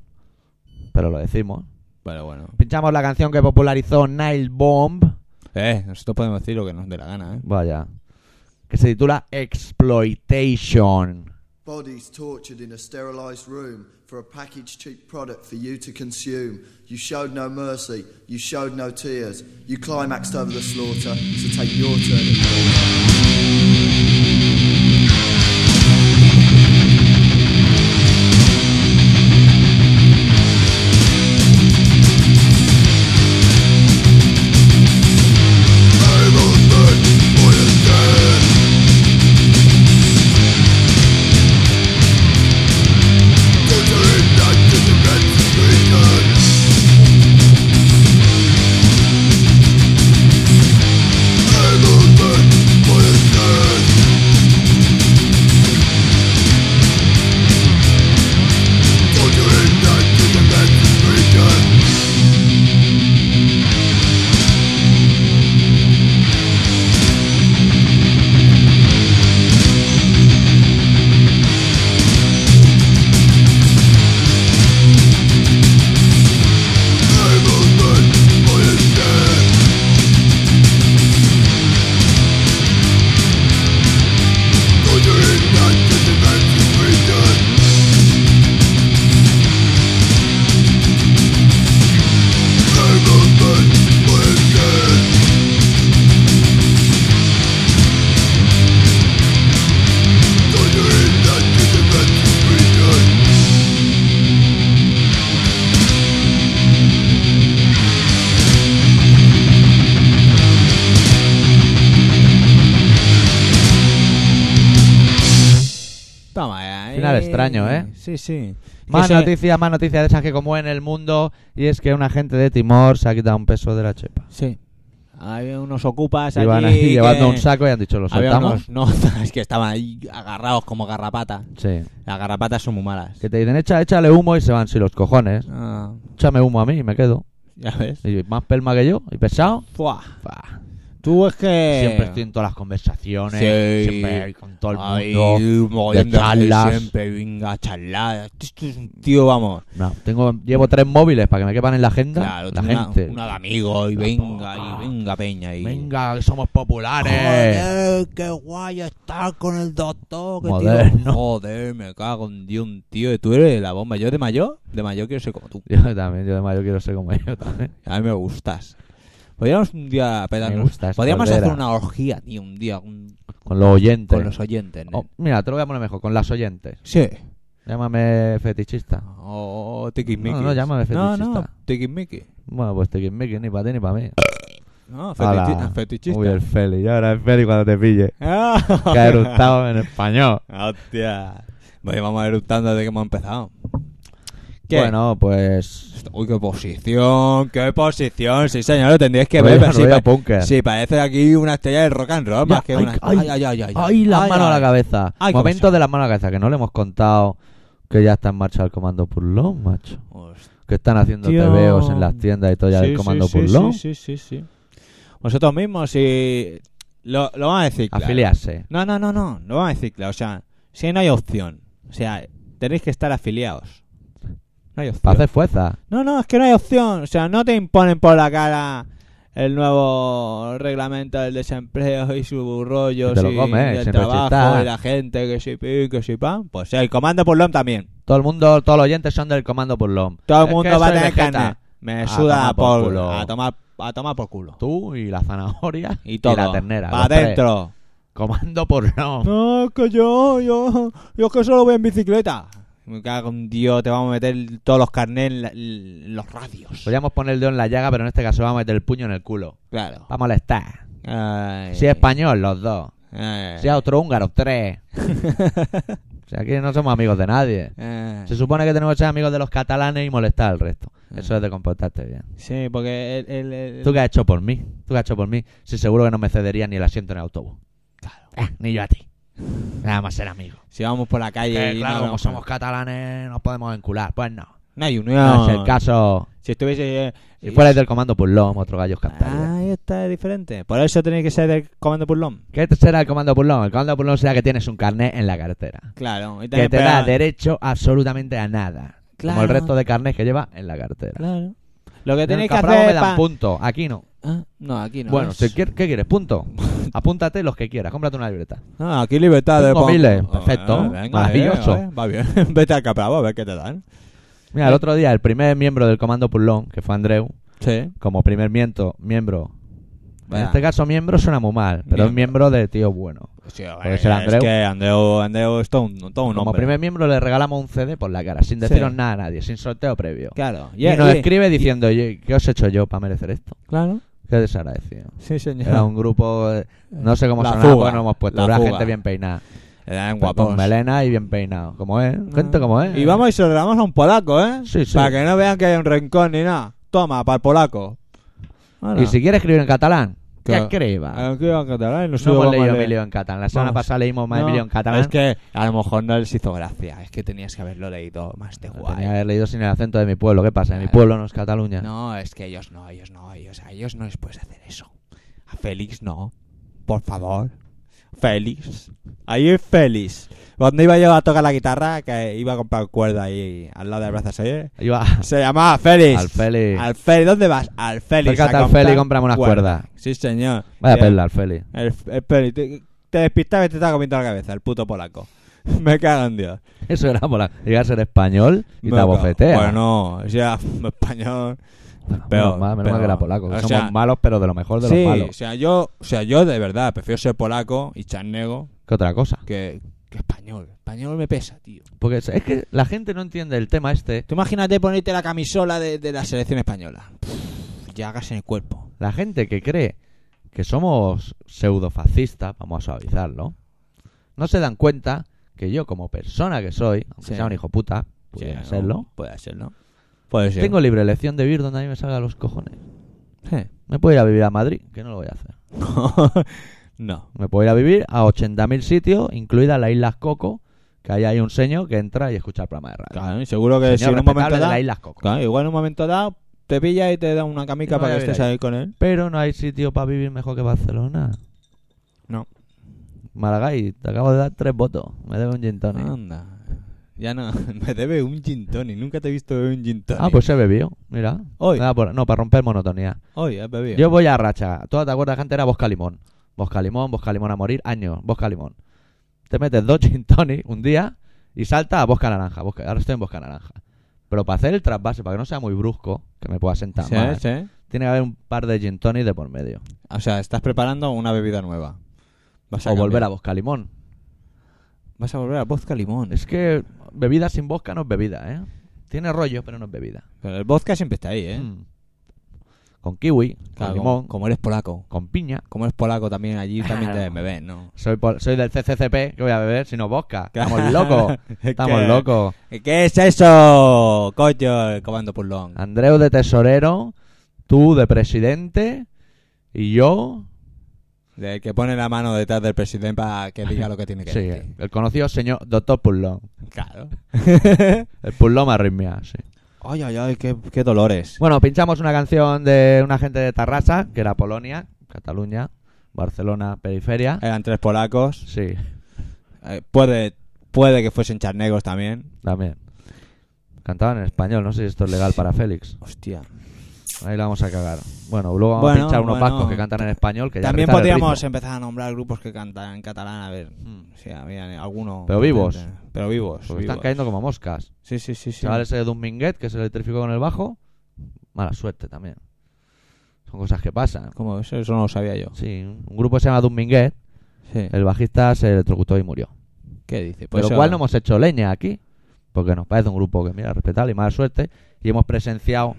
[SPEAKER 2] pero lo decimos.
[SPEAKER 1] Pero bueno.
[SPEAKER 2] Pinchamos la canción que popularizó Nile Bomb,
[SPEAKER 1] Eh, nosotros podemos decir lo que nos dé la gana, ¿eh?
[SPEAKER 2] vaya, que se titula Exploitation.
[SPEAKER 7] Bodies tortured in a sterilised room for a packaged cheap product for you to consume. You showed no mercy, you showed no tears. You climaxed over the slaughter, so take your turn at war.
[SPEAKER 1] Toma, ya, eh.
[SPEAKER 2] Final extraño, ¿eh?
[SPEAKER 1] Sí, sí.
[SPEAKER 2] Más
[SPEAKER 1] Que se-
[SPEAKER 2] noticias, más noticias de esas que conmueven el mundo y es que un agente de Timor se ha quitado un peso de la chepa.
[SPEAKER 1] Sí. Había unos ocupas allí.
[SPEAKER 2] Iban ahí
[SPEAKER 1] que-
[SPEAKER 2] llevando un saco y han dicho, ¿lo
[SPEAKER 1] Había unos-
[SPEAKER 2] soltamos?
[SPEAKER 1] no, es que estaban ahí agarrados como garrapatas.
[SPEAKER 2] Sí.
[SPEAKER 1] Las garrapatas son muy malas.
[SPEAKER 2] Que te dicen, Echa, échale humo y se van. Si los cojones,
[SPEAKER 1] Ah,
[SPEAKER 2] échame humo a mí y me quedo.
[SPEAKER 1] ya ves.
[SPEAKER 2] Y más pelma que yo y pesado.
[SPEAKER 1] Fuah.
[SPEAKER 2] Bah.
[SPEAKER 1] Tú es que.
[SPEAKER 2] Siempre estoy en todas las conversaciones,
[SPEAKER 1] Eh. Sí.
[SPEAKER 2] siempre con todo el
[SPEAKER 1] Ay,
[SPEAKER 2] mundo.
[SPEAKER 1] un mogollón
[SPEAKER 2] de
[SPEAKER 1] de gente
[SPEAKER 2] charlas.
[SPEAKER 1] Siempre venga charladas. Esto es un tío, vamos.
[SPEAKER 2] No, tengo, llevo tres móviles para que me quepan en la agenda.
[SPEAKER 1] Claro,
[SPEAKER 2] la
[SPEAKER 1] tiene una,
[SPEAKER 2] gente.
[SPEAKER 1] una de amigos y
[SPEAKER 2] La
[SPEAKER 1] venga,
[SPEAKER 2] poca.
[SPEAKER 1] y venga, peña. Y...
[SPEAKER 2] Venga, que somos populares.
[SPEAKER 1] Joder, qué guay estar con el doctor. Que
[SPEAKER 2] Moderno.
[SPEAKER 1] Tío, joder, me cago en Dios, un tío. Tú eres la bomba. Yo de mayor, de mayor quiero ser como tú.
[SPEAKER 2] Yo también, yo además yo quiero ser como ellos también.
[SPEAKER 1] A mí me gustas. Podríamos un día pedarnos.
[SPEAKER 2] Me gustas,
[SPEAKER 1] Podríamos
[SPEAKER 2] cordera.
[SPEAKER 1] hacer una orgía, tío, un día un-
[SPEAKER 2] Con los oyentes.
[SPEAKER 1] con los oyentes. ¿no?
[SPEAKER 2] Oh, mira, te lo voy a poner mejor, con las oyentes.
[SPEAKER 1] Sí.
[SPEAKER 2] Llámame fetichista.
[SPEAKER 1] Ah. O tiquismiquis.
[SPEAKER 2] Oh, No, no, llámame
[SPEAKER 1] No, no,
[SPEAKER 2] fetichista.
[SPEAKER 1] tiquismiquis.
[SPEAKER 2] Bueno, pues te quien ni para ti ni para mí.
[SPEAKER 1] No, fetichi-
[SPEAKER 2] Hola.
[SPEAKER 1] fetichista.
[SPEAKER 2] Uy, el Feli. Ya verás el Feli cuando te pille.
[SPEAKER 1] Ah,
[SPEAKER 2] Que ha eructado en español.
[SPEAKER 1] Hostia. Vaya, vamos eructando desde que hemos empezado. ¿Qué?
[SPEAKER 2] Bueno, pues.
[SPEAKER 1] Uy, qué posición, qué posición. Sí, señor, lo tendríais que
[SPEAKER 2] Rollo-
[SPEAKER 1] ver. pero sí,
[SPEAKER 2] rollo
[SPEAKER 1] pa-
[SPEAKER 2] punker.
[SPEAKER 1] sí, parece aquí una estrella del rock and roll. más que
[SPEAKER 2] ay,
[SPEAKER 1] una.
[SPEAKER 2] ay,
[SPEAKER 1] ay, ay, ay.
[SPEAKER 2] ¡Ay, las
[SPEAKER 1] Ay,
[SPEAKER 2] manos a
[SPEAKER 1] ay.
[SPEAKER 2] la cabeza!
[SPEAKER 1] Ay, cómo
[SPEAKER 2] Momentos de las manos a la cabeza, que no le hemos contado que ya está en marcha el comando Purlón, macho.
[SPEAKER 1] Hostia.
[SPEAKER 2] Que están haciendo
[SPEAKER 1] Tío.
[SPEAKER 2] TVOs en las tiendas y todo ya
[SPEAKER 1] Sí,
[SPEAKER 2] del
[SPEAKER 1] sí,
[SPEAKER 2] comando
[SPEAKER 1] sí,
[SPEAKER 2] Purlón.
[SPEAKER 1] Sí, sí, sí, sí. Vosotros mismos, si. Lo, lo van a decir claro.
[SPEAKER 2] Afiliarse.
[SPEAKER 1] No, no, no, no. Lo van a decir claro. O sea, si no hay opción. O sea, tenéis que estar afiliados. No hay opción.
[SPEAKER 2] Para hacer fuerza.
[SPEAKER 1] No, no, es que no hay opción. O sea, no te imponen por la cara el nuevo reglamento del desempleo y su rollo
[SPEAKER 2] Que te lo
[SPEAKER 1] y
[SPEAKER 2] comes,
[SPEAKER 1] el
[SPEAKER 2] sin
[SPEAKER 1] trabajo
[SPEAKER 2] rechistar.
[SPEAKER 1] y la gente que si pi, que si pam. Pues el comando por LOM también.
[SPEAKER 2] Todo el mundo, todos los oyentes son del comando Purlón.
[SPEAKER 1] Todo el
[SPEAKER 2] Es
[SPEAKER 1] mundo
[SPEAKER 2] que
[SPEAKER 1] va a
[SPEAKER 2] soy
[SPEAKER 1] tener
[SPEAKER 2] vegeta.
[SPEAKER 1] carne. Me
[SPEAKER 2] A
[SPEAKER 1] suda
[SPEAKER 2] tomar por
[SPEAKER 1] por,
[SPEAKER 2] culo.
[SPEAKER 1] a tomar a tomar por culo.
[SPEAKER 2] Tú y la zanahoria
[SPEAKER 1] Y todo.
[SPEAKER 2] la ternera.
[SPEAKER 1] Para
[SPEAKER 2] los tres.
[SPEAKER 1] adentro.
[SPEAKER 2] Comando Purlón.
[SPEAKER 1] No, es que yo, yo, yo es que solo voy en bicicleta. Me cago en Dios, te vamos a meter todos los carnés en, la- en los radios.
[SPEAKER 2] Podríamos poner el dedo en la llaga, pero en este caso vamos a meter el puño en el culo.
[SPEAKER 1] Claro.
[SPEAKER 2] Va a molestar.
[SPEAKER 1] Ay.
[SPEAKER 2] Si es español, los dos.
[SPEAKER 1] Ay.
[SPEAKER 2] Si es otro húngaro, tres. O sea, aquí no somos amigos de nadie.
[SPEAKER 1] Ay.
[SPEAKER 2] Se supone que tenemos que ser amigos de los catalanes y molestar al resto. Eso es de comportarte bien.
[SPEAKER 1] Sí, porque el, el- el-
[SPEAKER 2] ¿Tú qué has hecho por mí? ¿Tú qué has hecho por mí? Si seguro que no me cedería ni el asiento en el autobús. Claro. ni yo a ti. Nada más ser amigos.
[SPEAKER 1] si vamos por la calle
[SPEAKER 2] Que,
[SPEAKER 1] y
[SPEAKER 2] claro,
[SPEAKER 1] no, pues.
[SPEAKER 2] como somos catalanes, nos podemos encular. Pues no.
[SPEAKER 1] no hay
[SPEAKER 2] No,
[SPEAKER 1] unión.
[SPEAKER 2] es el caso.
[SPEAKER 1] Si estuviese eh,
[SPEAKER 2] Si
[SPEAKER 1] eh,
[SPEAKER 2] fuerais del comando Purlom, otro gallo os cantaría.
[SPEAKER 1] ahí está es diferente. Por eso tenéis que ser del comando Purlón.
[SPEAKER 2] ¿Qué este será el comando Purlón? El comando Purlón será que tienes un carnet en la cartera.
[SPEAKER 1] Claro, y
[SPEAKER 2] Que
[SPEAKER 1] también
[SPEAKER 2] te da
[SPEAKER 1] para-
[SPEAKER 2] derecho absolutamente a nada. Como el
[SPEAKER 1] Claro.
[SPEAKER 2] resto de carnets que lleva en la cartera.
[SPEAKER 1] Claro. Lo que
[SPEAKER 2] En el
[SPEAKER 1] tenéis que
[SPEAKER 2] Capravo
[SPEAKER 1] hacer
[SPEAKER 2] me
[SPEAKER 1] es
[SPEAKER 2] dan
[SPEAKER 1] pa-
[SPEAKER 2] punto. Aquí no.
[SPEAKER 1] Ah, no, aquí no.
[SPEAKER 2] bueno,
[SPEAKER 1] es.
[SPEAKER 2] si quier- ¿qué quieres? ¿Punto? Apúntate los que quieras. Cómprate una libreta.
[SPEAKER 1] Ah, aquí libertad de
[SPEAKER 2] Tengo
[SPEAKER 1] pon-
[SPEAKER 2] miles,
[SPEAKER 1] Ah,
[SPEAKER 2] perfecto, maravilloso.
[SPEAKER 1] eh, va bien. Vete al capravo a ver qué te dan. Eh.
[SPEAKER 2] Mira, el otro día, el primer miembro del comando Purlón, que fue Andreu,
[SPEAKER 1] Sí.
[SPEAKER 2] como primer miento, miembro.
[SPEAKER 1] Vaya.
[SPEAKER 2] En este caso, miembro suena muy mal, pero es miembro de tío bueno.
[SPEAKER 1] Sí,
[SPEAKER 2] Puede ser Andreu.
[SPEAKER 1] Es que Andreu, Andreu es todo un, todo un
[SPEAKER 2] Como
[SPEAKER 1] hombre.
[SPEAKER 2] primer miembro, le regalamos un CD por la cara, sin deciros
[SPEAKER 1] Sí.
[SPEAKER 2] nada a nadie, sin sorteo previo.
[SPEAKER 1] Claro.
[SPEAKER 2] Y, nos escribe diciendo, "Oye, ¿qué os he hecho yo para merecer esto?
[SPEAKER 1] Claro.
[SPEAKER 2] Qué desagradecido.
[SPEAKER 1] Sí, señor.
[SPEAKER 2] Era un grupo, eh, no sé cómo
[SPEAKER 1] La
[SPEAKER 2] sonaba,
[SPEAKER 1] fuga,
[SPEAKER 2] porque no lo hemos puesto.
[SPEAKER 1] la
[SPEAKER 2] Era
[SPEAKER 1] fuga.
[SPEAKER 2] gente bien peinada.
[SPEAKER 1] Eran
[SPEAKER 2] Con
[SPEAKER 1] guapos.
[SPEAKER 2] melena y bien peinado. Como es, gente como es.
[SPEAKER 1] Ah. Y vamos y se lo damos a un polaco, ¿eh?
[SPEAKER 2] Sí, sí.
[SPEAKER 1] Para que no vean que hay un rincón ni nada. Toma, para el polaco. Ahora.
[SPEAKER 2] Y si quiere escribir en catalán, que
[SPEAKER 1] Claro.
[SPEAKER 2] escriba.
[SPEAKER 1] Ah, Aquí va en catalán, no sé
[SPEAKER 2] No hemos
[SPEAKER 1] cómo
[SPEAKER 2] leído
[SPEAKER 1] leer.
[SPEAKER 2] Emilio en catalán. La semana
[SPEAKER 1] Vamos.
[SPEAKER 2] pasada leímos más
[SPEAKER 1] No,
[SPEAKER 2] Emilio en catalán.
[SPEAKER 1] Es que a lo mejor no les hizo gracia. Es que tenías que haberlo leído más de
[SPEAKER 2] Lo
[SPEAKER 1] guay.
[SPEAKER 2] Tenía que haber leído sin el acento de mi pueblo. ¿Qué pasa? Mi
[SPEAKER 1] Claro.
[SPEAKER 2] pueblo no es Cataluña.
[SPEAKER 1] No, es que ellos no, ellos no, ellos, a ellos no les puedes hacer eso. A Félix no. Por favor. Félix. Ahí es Félix. Cuando iba yo a tocar la guitarra, que iba a comprar cuerda ahí al lado del brazo, ¿sí?
[SPEAKER 2] Iba
[SPEAKER 1] Se llamaba Félix.
[SPEAKER 2] al Feli.
[SPEAKER 1] Al Feli, ¿dónde vas? Al Félix.
[SPEAKER 2] Acércate
[SPEAKER 1] a
[SPEAKER 2] al
[SPEAKER 1] comprar
[SPEAKER 2] Feli y cómprame unas cuerdas.
[SPEAKER 1] Sí, señor.
[SPEAKER 2] Vaya
[SPEAKER 1] Sí,
[SPEAKER 2] perla al Feli.
[SPEAKER 1] El, el Feli. Te, te despistabas y te estaba comiendo la cabeza, el puto polaco. Me cago en Dios.
[SPEAKER 2] Eso era por la... Llega a ser español y te
[SPEAKER 1] Me cago-
[SPEAKER 2] abofetea.
[SPEAKER 1] Bueno, o sea, español.
[SPEAKER 2] Menos
[SPEAKER 1] peor,
[SPEAKER 2] mal, menos
[SPEAKER 1] peor.
[SPEAKER 2] mal que era polaco. que
[SPEAKER 1] O
[SPEAKER 2] somos
[SPEAKER 1] sea-
[SPEAKER 2] malos, pero de lo mejor de
[SPEAKER 1] sí,
[SPEAKER 2] los malos.
[SPEAKER 1] O sea, yo, o sea, yo de verdad prefiero ser polaco y charnego
[SPEAKER 2] ¿Qué otra cosa?
[SPEAKER 1] que, que español. Español me pesa, tío.
[SPEAKER 2] Porque es es que la gente no entiende el tema este.
[SPEAKER 1] Tú imagínate ponerte la camisola de, de la selección española. Pff, Llagas en el cuerpo.
[SPEAKER 2] La gente que cree que somos pseudofascistas, vamos a suavizarlo, no se dan cuenta que yo, como persona que soy, aunque
[SPEAKER 1] Sí.
[SPEAKER 2] sea un hijo puta, pudiera
[SPEAKER 1] Sí, ¿no?
[SPEAKER 2] serlo,
[SPEAKER 1] Puede hacerlo. Puede ser.
[SPEAKER 2] tengo libre elección de vivir donde a mí me salga los cojones.
[SPEAKER 1] Sí.
[SPEAKER 2] Me puedo ir a vivir a Madrid, que no lo voy a hacer.
[SPEAKER 1] no.
[SPEAKER 2] Me puedo ir a vivir a 80.000 sitios, incluidas las Islas Coco, que ahí hay un señor que entra y escucha el programa de radio.
[SPEAKER 1] Claro, y seguro que
[SPEAKER 2] Señor
[SPEAKER 1] si en un
[SPEAKER 2] respetable
[SPEAKER 1] momento
[SPEAKER 2] de
[SPEAKER 1] dado.
[SPEAKER 2] las Islas Coco.
[SPEAKER 1] claro, igual en un momento dado te pilla y te da una camica
[SPEAKER 2] No
[SPEAKER 1] para que
[SPEAKER 2] voy a
[SPEAKER 1] estés
[SPEAKER 2] ir ahí.
[SPEAKER 1] ahí con él.
[SPEAKER 2] Pero no hay sitio para vivir mejor que Barcelona.
[SPEAKER 1] No.
[SPEAKER 2] Maragall, te acabo de dar tres votos. Me debe un gin tonic.
[SPEAKER 1] Ah. Anda. Ya no, me debe un gin tonic. Nunca te he visto beber un gin tonic.
[SPEAKER 2] Ah, pues se bebió, mira.
[SPEAKER 1] Hoy.
[SPEAKER 2] Nada por- no, para romper monotonía.
[SPEAKER 1] Hoy has bebido.
[SPEAKER 2] Yo voy a racha. ¿Tú te acuerdas que antes era Bosca Limón? Bosca Limón, Bosca Limón a morir, años, Bosca Limón. Te metes dos gin tonic un día y salta a Bosca Naranja. Bosca- ahora estoy en Bosca Naranja. Pero para hacer el trasvase, para que no sea muy brusco, que me pueda sentar
[SPEAKER 1] Sí,
[SPEAKER 2] mal,
[SPEAKER 1] sí.
[SPEAKER 2] tiene que haber un par de gin tonic de por medio.
[SPEAKER 1] O sea, estás preparando una bebida nueva. Vas a
[SPEAKER 2] O volver a
[SPEAKER 1] cambiar.
[SPEAKER 2] Bosca Limón.
[SPEAKER 1] Vas a volver a vodka limón.
[SPEAKER 2] Es que bebida sin Bosca no es bebida, ¿eh? Tiene rollo, pero no es bebida.
[SPEAKER 1] Pero el vodka siempre está ahí, ¿eh?
[SPEAKER 2] Mm. Con kiwi,
[SPEAKER 1] Claro,
[SPEAKER 2] con
[SPEAKER 1] como-
[SPEAKER 2] limón,
[SPEAKER 1] como eres polaco.
[SPEAKER 2] con piña.
[SPEAKER 1] Como eres polaco también allí, también
[SPEAKER 2] Claro.
[SPEAKER 1] te bebes, ¿no?
[SPEAKER 2] Soy, pol- soy del CCCP, que voy a beber, sino vodka. Estamos locos. Estamos
[SPEAKER 1] ¿Qué?
[SPEAKER 2] locos.
[SPEAKER 1] ¿Qué es eso? Coño, el comando pulón.
[SPEAKER 2] Andreu de tesorero, tú de presidente y yo,
[SPEAKER 1] Del que pone la mano detrás del presidente para que diga lo que tiene que
[SPEAKER 2] sí, eh.
[SPEAKER 1] decir.
[SPEAKER 2] el conocido señor doctor Pullón.
[SPEAKER 1] Claro.
[SPEAKER 2] El Pullón arritmia, sí.
[SPEAKER 1] Ay, ay, ay, qué, qué dolores.
[SPEAKER 2] Bueno, pinchamos una canción de una gente de Tarrasa, que era Polonia, Cataluña, Barcelona, periferia.
[SPEAKER 1] Eran tres polacos.
[SPEAKER 2] Sí,
[SPEAKER 1] Eh, puede, puede que fuesen charnegos también.
[SPEAKER 2] también. Cantaban en español, no sé si esto es legal para Félix.
[SPEAKER 1] Hostia.
[SPEAKER 2] Ahí la vamos a cagar. Bueno, luego vamos
[SPEAKER 1] Bueno,
[SPEAKER 2] a pinchar unos
[SPEAKER 1] bueno.
[SPEAKER 2] vascos que cantan en español. Que ya
[SPEAKER 1] También
[SPEAKER 2] retar el
[SPEAKER 1] podríamos eh.
[SPEAKER 2] ritmo.
[SPEAKER 1] empezar a nombrar grupos que cantan en catalán, a ver.
[SPEAKER 2] Mm.
[SPEAKER 1] Sí, había algunos.
[SPEAKER 2] Pero vivos.
[SPEAKER 1] Pero vivos.
[SPEAKER 2] Porque Pues están
[SPEAKER 1] vivos.
[SPEAKER 2] cayendo como moscas.
[SPEAKER 1] Sí, sí, sí. sí.
[SPEAKER 2] Chaval ese de Dominguez que se electrificó con el bajo. Mala suerte también. Son cosas que pasan.
[SPEAKER 1] ¿Cómo? Eso, eso no lo sabía yo.
[SPEAKER 2] Sí, un grupo que se llama Dominguez.
[SPEAKER 1] Sí.
[SPEAKER 2] El bajista se electrocutó y murió.
[SPEAKER 1] ¿Qué dice?
[SPEAKER 2] Por
[SPEAKER 1] Pues
[SPEAKER 2] lo
[SPEAKER 1] eso-
[SPEAKER 2] cual no hemos hecho leña aquí. Porque nos parece un grupo que, mira, respetable y mala suerte. Y hemos presenciado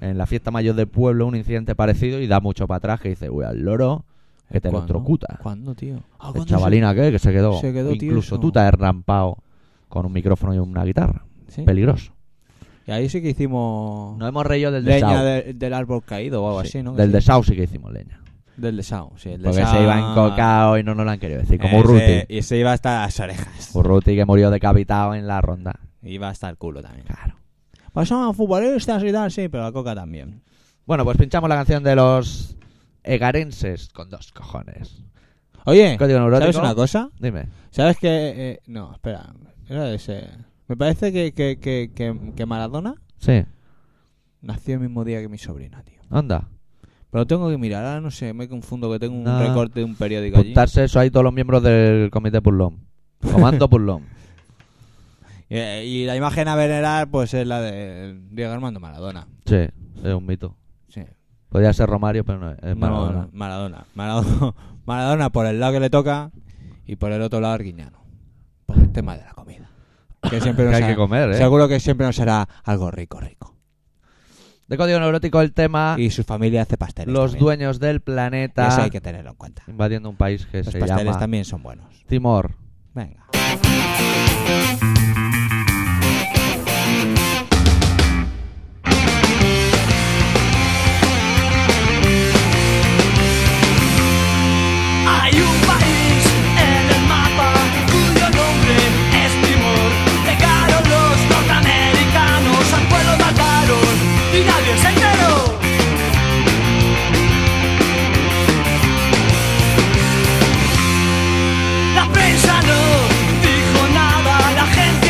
[SPEAKER 2] en la fiesta mayor del pueblo un incidente parecido y da mucho para atrás que dice, uy, al loro que te
[SPEAKER 1] ¿Cuándo?
[SPEAKER 2] electrocuta.
[SPEAKER 1] ¿Cuándo, tío? Ah,
[SPEAKER 2] El
[SPEAKER 1] ¿cuándo
[SPEAKER 2] chavalín aquel que se quedó.
[SPEAKER 1] se quedó
[SPEAKER 2] Incluso
[SPEAKER 1] tieso.
[SPEAKER 2] tú te has rampado con un micrófono y una guitarra.
[SPEAKER 1] se- Sí.
[SPEAKER 2] Peligroso.
[SPEAKER 1] Y ahí sí que hicimos
[SPEAKER 2] Nos hemos reído del
[SPEAKER 1] leña
[SPEAKER 2] desao.
[SPEAKER 1] de- del árbol caído o algo
[SPEAKER 2] Sí,
[SPEAKER 1] así, ¿no? Que
[SPEAKER 2] Del
[SPEAKER 1] sí.
[SPEAKER 2] desao sí que hicimos leña.
[SPEAKER 1] Del desao, sí. El
[SPEAKER 2] Porque
[SPEAKER 1] desao.
[SPEAKER 2] se iba encocado y no nos lo han querido decir. Como
[SPEAKER 1] Ese-
[SPEAKER 2] Urruti.
[SPEAKER 1] Y se iba hasta las orejas.
[SPEAKER 2] Urruti que murió decapitado en la ronda.
[SPEAKER 1] Iba hasta el culo también.
[SPEAKER 2] Claro.
[SPEAKER 1] Pasaban futbolistas y tal, sí, pero la coca también.
[SPEAKER 2] Bueno, pues pinchamos la canción de los egarenses con dos cojones.
[SPEAKER 1] Oye,
[SPEAKER 2] Código neurótico.
[SPEAKER 1] ¿sabes una cosa?
[SPEAKER 2] Dime.
[SPEAKER 1] ¿Sabes que... eh, no, espera. Era ese... Me parece que, que, que, que, que Maradona
[SPEAKER 2] Sí.
[SPEAKER 1] nació el mismo día que mi sobrina, tío.
[SPEAKER 2] Anda.
[SPEAKER 1] Pero tengo que mirar, ahora no sé, me confundo que tengo un
[SPEAKER 2] No.
[SPEAKER 1] recorte de un periódico allí.
[SPEAKER 2] Juntarse eso ahí todos los miembros del comité Purlón. Comando Purlón.
[SPEAKER 1] Eh, Y, la imagen a venerar, pues es la de Diego Armando Maradona.
[SPEAKER 2] Sí. Es un mito.
[SPEAKER 1] Sí.
[SPEAKER 2] Podría ser Romario, pero no es.
[SPEAKER 1] No,
[SPEAKER 2] es Maradona.
[SPEAKER 1] no, Maradona. Maradona. Maradona por el lado que le toca y por el otro lado Arguiñano. Por el tema de la comida. Que siempre nos
[SPEAKER 2] Que hay
[SPEAKER 1] hará-
[SPEAKER 2] que comer, ¿eh?
[SPEAKER 1] Seguro que siempre nos será algo rico, rico.
[SPEAKER 2] De código neurótico el tema.
[SPEAKER 1] Y su familia hace pasteles.
[SPEAKER 2] Ah. los
[SPEAKER 1] también.
[SPEAKER 2] dueños del planeta.
[SPEAKER 1] Eso hay que tenerlo en cuenta.
[SPEAKER 2] Invadiendo un país que
[SPEAKER 1] Los
[SPEAKER 2] se
[SPEAKER 1] pasteles
[SPEAKER 2] llama
[SPEAKER 1] también son buenos.
[SPEAKER 2] Timor.
[SPEAKER 1] Venga.
[SPEAKER 6] Hay un país en el mapa cuyo nombre es Timor. Llegaron los norteamericanos, al pueblo mataron y nadie se enteró. La prensa no dijo nada.
[SPEAKER 5] este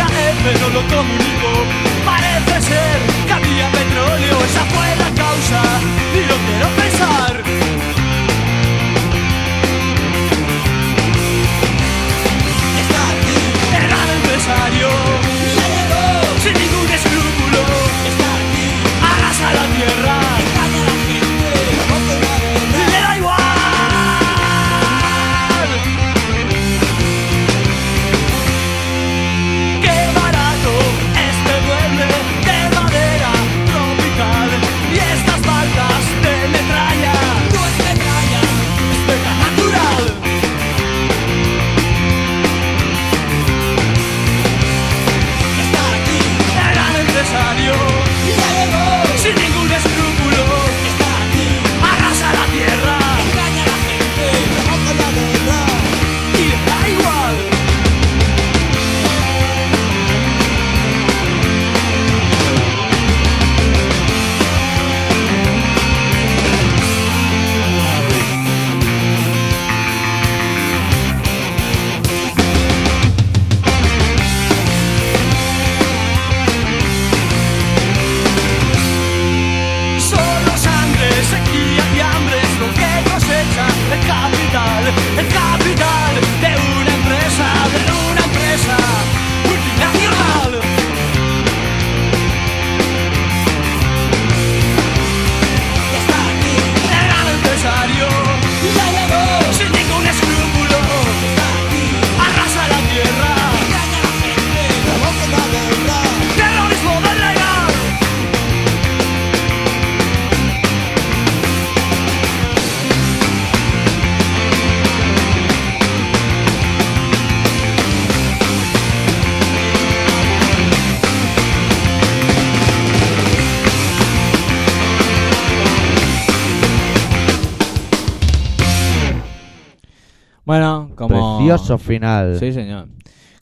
[SPEAKER 1] Bueno, como.
[SPEAKER 2] Precioso final.
[SPEAKER 1] Sí, señor.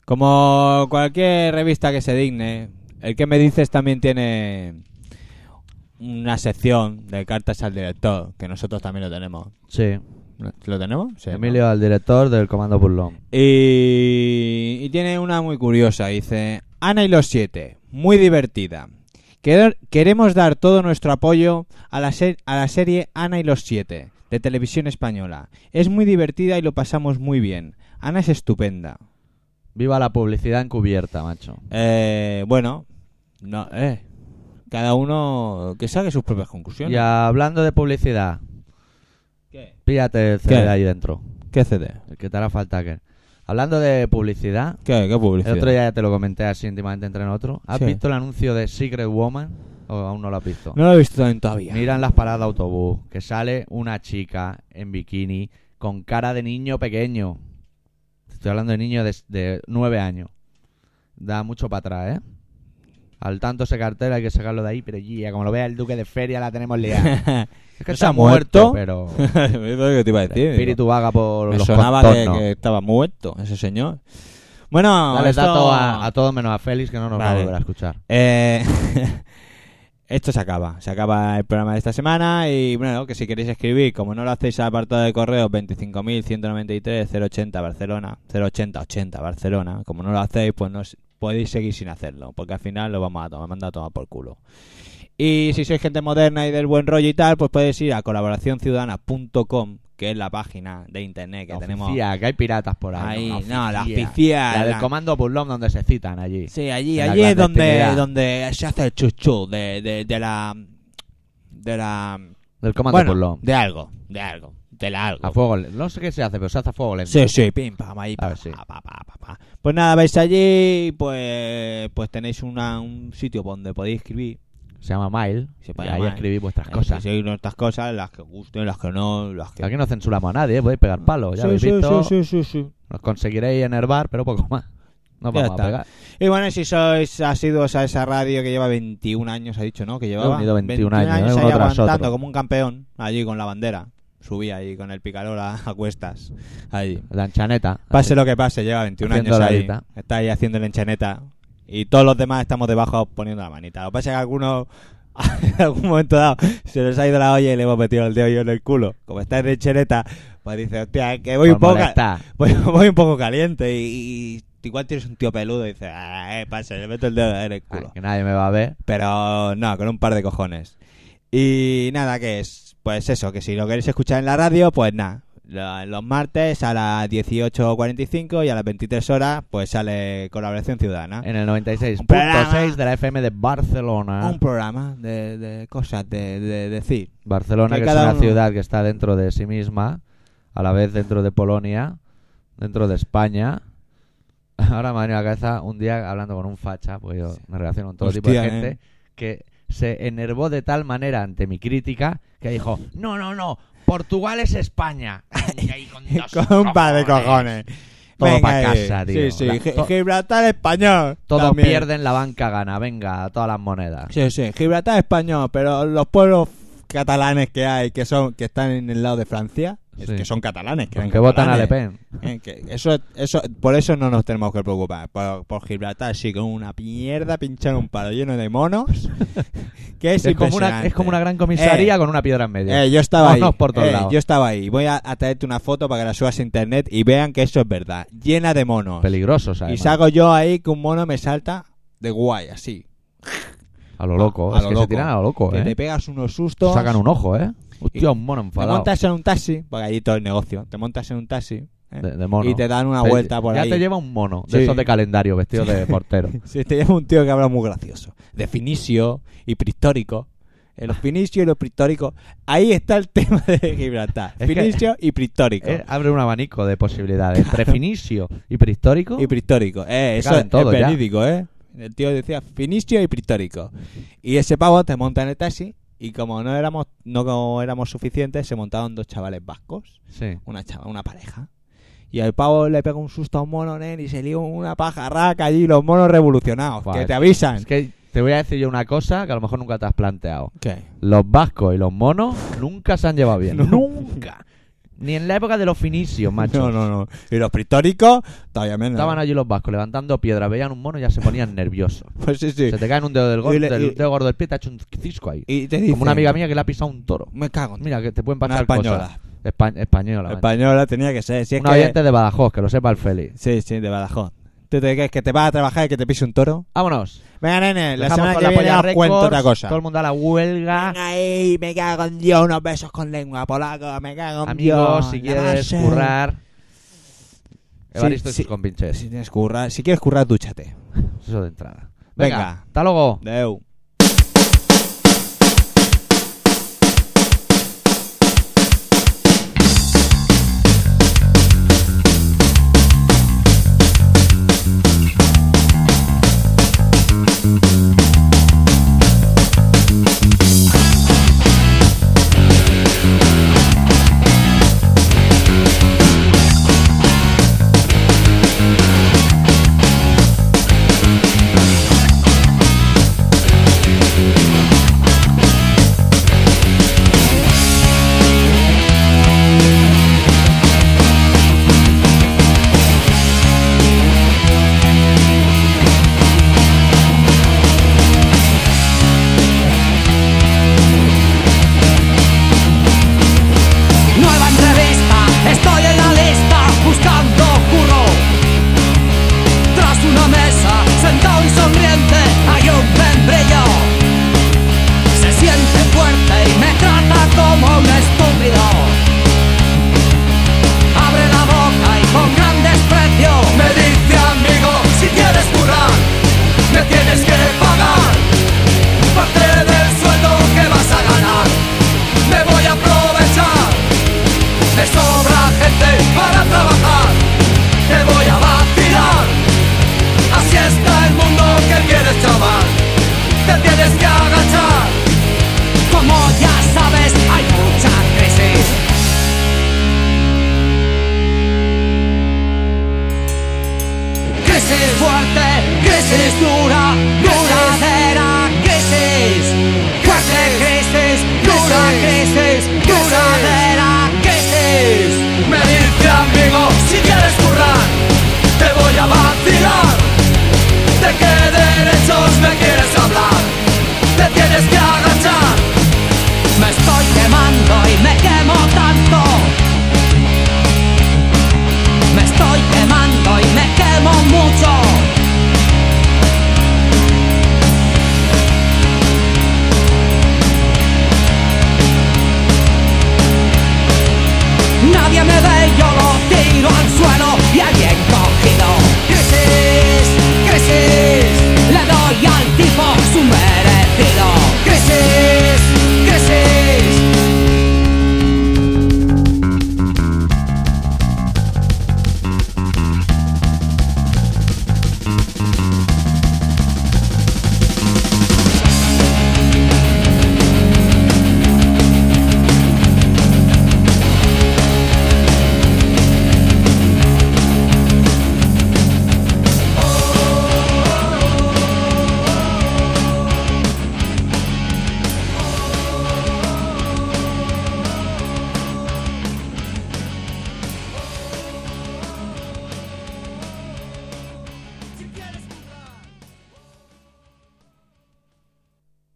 [SPEAKER 1] Como cualquier revista que se digne, el que me dices también tiene una sección de cartas al director, que nosotros también lo tenemos.
[SPEAKER 2] Sí.
[SPEAKER 1] ¿Lo tenemos? Sí. ¿no?
[SPEAKER 2] Emilio, el director del Comando Burlón.
[SPEAKER 1] Y, y tiene una muy curiosa, dice, Ana y los siete, muy divertida. Quer- Queremos dar todo nuestro apoyo a la, ser- a la serie Ana y los siete, de televisión española. Es muy divertida y lo pasamos muy bien. Ana es estupenda.
[SPEAKER 2] Viva la publicidad encubierta, macho.
[SPEAKER 1] Eh, bueno, no, eh, cada uno que saque sus propias conclusiones.
[SPEAKER 2] Y hablando de publicidad,
[SPEAKER 1] ¿Qué?
[SPEAKER 2] píllate el CD
[SPEAKER 1] ¿Qué?
[SPEAKER 2] ahí dentro.
[SPEAKER 1] ¿Qué CD?
[SPEAKER 2] El que te hará falta que. Hablando de publicidad,
[SPEAKER 1] ¿Qué, qué publicidad?
[SPEAKER 2] el otro día ya te lo comenté así íntimamente entre nosotros. ¿Has
[SPEAKER 1] Sí.
[SPEAKER 2] visto el anuncio de Secret Woman? ¿O aún no lo has visto?
[SPEAKER 1] No lo he visto también todavía.
[SPEAKER 2] Mira en las paradas de autobús que sale una chica en bikini con cara de niño pequeño. Estoy hablando de niño de, de 9 años. Da mucho para atrás, ¿eh? Al tanto ese cartel hay que sacarlo de ahí, pero ya, como lo vea el duque de feria la tenemos liada.
[SPEAKER 1] ¿No
[SPEAKER 2] Es que
[SPEAKER 1] se
[SPEAKER 2] está
[SPEAKER 1] ha muerto?
[SPEAKER 2] pero
[SPEAKER 1] Es lo que te iba a decir.
[SPEAKER 2] el espíritu vaga por
[SPEAKER 1] Me
[SPEAKER 2] los
[SPEAKER 1] sonaba que,
[SPEAKER 2] contornos.
[SPEAKER 1] que estaba muerto ese señor. Bueno,
[SPEAKER 2] Dale
[SPEAKER 1] esto...
[SPEAKER 2] dato a, a todo menos a Félix que no nos va a
[SPEAKER 1] Vale.
[SPEAKER 2] volver a escuchar.
[SPEAKER 1] Eh, esto se acaba. Se acaba el programa de esta semana. Y bueno, que si queréis escribir, como no lo hacéis al apartado de correo 25.193.080 Barcelona, 08080 Barcelona, como no lo hacéis, pues no s- podéis seguir sin hacerlo. Porque al final lo vamos a tomar, manda a tomar por culo. Y si sois gente moderna y del buen rollo y tal, pues podéis ir a colaboracionciudadana.com, que es la página de internet que
[SPEAKER 2] La
[SPEAKER 1] tenemos.
[SPEAKER 2] oficina, que hay piratas por ahí.
[SPEAKER 1] Ahí,
[SPEAKER 2] Una
[SPEAKER 1] no, la
[SPEAKER 2] oficina.
[SPEAKER 1] oficial.
[SPEAKER 2] La del
[SPEAKER 1] la-
[SPEAKER 2] comando burlón donde se citan allí.
[SPEAKER 1] Sí, allí,
[SPEAKER 2] En la
[SPEAKER 1] allí es donde,
[SPEAKER 2] clandestinidad.
[SPEAKER 1] donde se hace el chuchu de, de, de la. De la.
[SPEAKER 2] Del comando
[SPEAKER 1] Bueno,
[SPEAKER 2] burlón.
[SPEAKER 1] de algo, de algo, de la algo.
[SPEAKER 2] A fuego lento. No sé qué se hace, pero se hace a fuego lento.
[SPEAKER 1] Sí, sí, pim, pam, ahí,
[SPEAKER 2] pues, A
[SPEAKER 1] pa,
[SPEAKER 2] ver, sí.
[SPEAKER 1] pa, pa, pa, pa, pa. Pues nada, vais allí, pues pues tenéis una, un sitio donde podéis escribir.
[SPEAKER 2] Se llama Mail.
[SPEAKER 1] Se
[SPEAKER 2] y
[SPEAKER 1] puede
[SPEAKER 2] ahí
[SPEAKER 1] llamar.
[SPEAKER 2] escribís vuestras
[SPEAKER 1] Ahí
[SPEAKER 2] cosas.
[SPEAKER 1] escribís nuestras cosas, las que gusten, las que no, las que...
[SPEAKER 2] Aquí no censuramos a nadie, ¿eh? podéis pegar palos. Ya
[SPEAKER 1] Sí,
[SPEAKER 2] habéis
[SPEAKER 1] sí,
[SPEAKER 2] visto.
[SPEAKER 1] sí, sí, sí, sí.
[SPEAKER 2] Nos conseguiréis enervar, pero poco más. Nos
[SPEAKER 1] Ya
[SPEAKER 2] vamos
[SPEAKER 1] está.
[SPEAKER 2] a pegar.
[SPEAKER 1] Y bueno, si sois asiduos a esa radio que lleva 21 años, ha dicho, ¿no? Que llevaba
[SPEAKER 2] unido 21 años, ¿eh?
[SPEAKER 1] ahí
[SPEAKER 2] Uno tras
[SPEAKER 1] aguantando
[SPEAKER 2] otro.
[SPEAKER 1] como un campeón, allí con la bandera. Subía ahí con el picalor a, a cuestas. Allí.
[SPEAKER 2] La enchaneta.
[SPEAKER 1] Pase lo que pase, lleva 21
[SPEAKER 2] Haciendo
[SPEAKER 1] años
[SPEAKER 2] la
[SPEAKER 1] ahí.
[SPEAKER 2] lista.
[SPEAKER 1] Está ahí haciendo la enchaneta. Y todos los demás estamos debajo poniendo la manita. Lo que pasa es que algunos, en algún momento dado, se les ha ido la olla y le hemos metido el dedo yo en el culo. Como está en la enchaneta, pues dice, hostia, es que voy
[SPEAKER 2] Por
[SPEAKER 1] un poco. a-
[SPEAKER 2] molestar.
[SPEAKER 1] voy, voy un poco caliente y, y igual tienes un tío peludo y dices, "Ah, eh, pasa, le meto el dedo en el
[SPEAKER 2] Ah,
[SPEAKER 1] culo.
[SPEAKER 2] que nadie me va a ver.
[SPEAKER 1] Pero no, con un par de cojones. Y nada, que es, pues eso, que si lo queréis escuchar en la radio, pues nada. lo- Los martes a las 18.45 y a las 23 horas, pues sale Colaboración Ciudadana.
[SPEAKER 2] En el
[SPEAKER 1] Ah. programa.
[SPEAKER 2] 96.6 de la FM de Barcelona.
[SPEAKER 1] Un programa de, de cosas de, de decir.
[SPEAKER 2] Barcelona,
[SPEAKER 1] Que
[SPEAKER 2] que,
[SPEAKER 1] cada
[SPEAKER 2] es una
[SPEAKER 1] uno-
[SPEAKER 2] ciudad que está dentro de sí misma, a la vez dentro de Polonia, dentro de España. Ahora me ha venido a la cabeza un día hablando con un facha, pues yo me relaciono con todo tipo de
[SPEAKER 1] Hostia,
[SPEAKER 2] gente,
[SPEAKER 1] eh.
[SPEAKER 2] que se enervó de tal manera ante mi crítica que dijo, no, no, no, Portugal es España. Y ahí con dos
[SPEAKER 1] Con un par de cojones.
[SPEAKER 2] Todo
[SPEAKER 1] Venga
[SPEAKER 2] pa'
[SPEAKER 1] ahí.
[SPEAKER 2] casa, tío.
[SPEAKER 1] Sí, sí.
[SPEAKER 2] La-
[SPEAKER 1] Gi-
[SPEAKER 2] to-
[SPEAKER 1] Gibraltar español.
[SPEAKER 2] Todos
[SPEAKER 1] también.
[SPEAKER 2] pierden, la banca gana, venga, a todas las monedas.
[SPEAKER 1] Sí, sí, Gibraltar es español, pero los pueblos catalanes que hay, que son que están en el lado de Francia, es
[SPEAKER 2] Sí.
[SPEAKER 1] que son catalanes. Que
[SPEAKER 2] Porque votan a Le
[SPEAKER 1] Pen.
[SPEAKER 2] Pen.
[SPEAKER 1] Eh, eso, eso, por eso no nos tenemos que preocupar. Por, por Gibraltar, sí, con una mierda, pinchar un palo lleno de monos. que es,
[SPEAKER 2] Es como, una, es como una gran comisaría con una piedra en medio.
[SPEAKER 1] Eh, yo estaba ahí.
[SPEAKER 2] Vámonos por todos
[SPEAKER 1] eh,
[SPEAKER 2] lados.
[SPEAKER 1] Yo estaba ahí. Voy a, a traerte una foto para que la subas a internet y vean que eso es verdad. Llena de monos.
[SPEAKER 2] Peligrosos,
[SPEAKER 1] y
[SPEAKER 2] además.
[SPEAKER 1] salgo yo ahí que un mono me salta de guay, así.
[SPEAKER 2] A lo loco,
[SPEAKER 1] A
[SPEAKER 2] es
[SPEAKER 1] lo
[SPEAKER 2] que
[SPEAKER 1] loco.
[SPEAKER 2] se tiran a lo loco,
[SPEAKER 1] Que
[SPEAKER 2] eh.
[SPEAKER 1] te pegas unos
[SPEAKER 2] Te
[SPEAKER 1] sustos.
[SPEAKER 2] sacan un ojo, eh. Hostia, un mono
[SPEAKER 1] Te
[SPEAKER 2] enfadado.
[SPEAKER 1] montas en un taxi, porque allí todo el negocio. Te montas en un taxi ¿eh?
[SPEAKER 2] De, de mono.
[SPEAKER 1] y te dan una
[SPEAKER 2] Te-
[SPEAKER 1] vuelta por
[SPEAKER 2] ya
[SPEAKER 1] ahí.
[SPEAKER 2] te lleva un mono, de
[SPEAKER 1] Sí.
[SPEAKER 2] esos de calendario, vestido de portero.
[SPEAKER 1] Sí, te lleva un tío que habla muy gracioso. De finicio y prehistórico. Eh,
[SPEAKER 2] Ah.
[SPEAKER 1] Los finicios y los prehistóricos. Ahí está el tema de Gibraltar.
[SPEAKER 2] Es que-
[SPEAKER 1] Finicio y prehistórico.
[SPEAKER 2] Eh, abre un abanico de posibilidades. Entre finicio y prehistórico.
[SPEAKER 1] Y prehistórico. Eh, eso
[SPEAKER 2] caben
[SPEAKER 1] es
[SPEAKER 2] todo ya.
[SPEAKER 1] verídico, ¿eh? El tío decía finicio y prehistórico. Y ese pavo te monta en el taxi y como no éramos no como éramos suficientes, se montaron dos chavales vascos.
[SPEAKER 2] Sí.
[SPEAKER 1] una chava, una pareja. Y al pavo le pega un susto a un mono, nen, y se lió una pajarraca allí, los monos revolucionados,
[SPEAKER 2] Guau,
[SPEAKER 1] que te
[SPEAKER 2] es-
[SPEAKER 1] avisan.
[SPEAKER 2] Es que te voy a decir yo una cosa que a lo mejor nunca te has planteado. Los vascos y los monos nunca se han llevado bien.
[SPEAKER 1] No.
[SPEAKER 2] Nunca. Ni en la época de los finicios, macho.
[SPEAKER 1] No, no, no. Y los prehistóricos, todavía menos.
[SPEAKER 2] Estaban allí los vascos levantando piedras, veían un mono y ya se ponían nerviosos.
[SPEAKER 1] Pues sí, sí.
[SPEAKER 2] Se te cae en un dedo del, gor-
[SPEAKER 1] Y le-
[SPEAKER 2] del
[SPEAKER 1] y-
[SPEAKER 2] dedo gordo del pie, te ha hecho un cisco ahí.
[SPEAKER 1] Y te dicen-
[SPEAKER 2] Como una amiga mía que le ha pisado un toro.
[SPEAKER 1] Me cago. en-
[SPEAKER 2] Mira, que te pueden
[SPEAKER 1] Una
[SPEAKER 2] pasar
[SPEAKER 1] española.
[SPEAKER 2] cosas. Espa- española. macho.
[SPEAKER 1] Española tenía que ser. Si es
[SPEAKER 2] Una
[SPEAKER 1] que...
[SPEAKER 2] oyente de Badajoz, que lo sepa el Félix.
[SPEAKER 1] Sí, sí, de Badajoz. ¿Tú te crees que te vas a trabajar y que te pise un toro?
[SPEAKER 2] Vámonos.
[SPEAKER 1] Venga, nene, la
[SPEAKER 2] Dejamos
[SPEAKER 1] semana
[SPEAKER 2] con
[SPEAKER 1] que viene
[SPEAKER 2] polla
[SPEAKER 1] os cuento
[SPEAKER 2] Records,
[SPEAKER 1] otra cosa.
[SPEAKER 2] Todo el mundo a la huelga.
[SPEAKER 4] Venga ahí, me cago en Dios, unos besos con lengua, polaco, me cago en Dios.
[SPEAKER 2] Amigos, si quieres
[SPEAKER 4] Además, eh,
[SPEAKER 2] currar.
[SPEAKER 1] Sí,
[SPEAKER 2] Evaristo y
[SPEAKER 1] sí.
[SPEAKER 2] sus compinches.
[SPEAKER 1] Si, tienes curra... si quieres currar, dúchate.
[SPEAKER 2] Eso de entrada.
[SPEAKER 1] Venga.
[SPEAKER 2] Venga. Hasta luego.
[SPEAKER 1] Deu.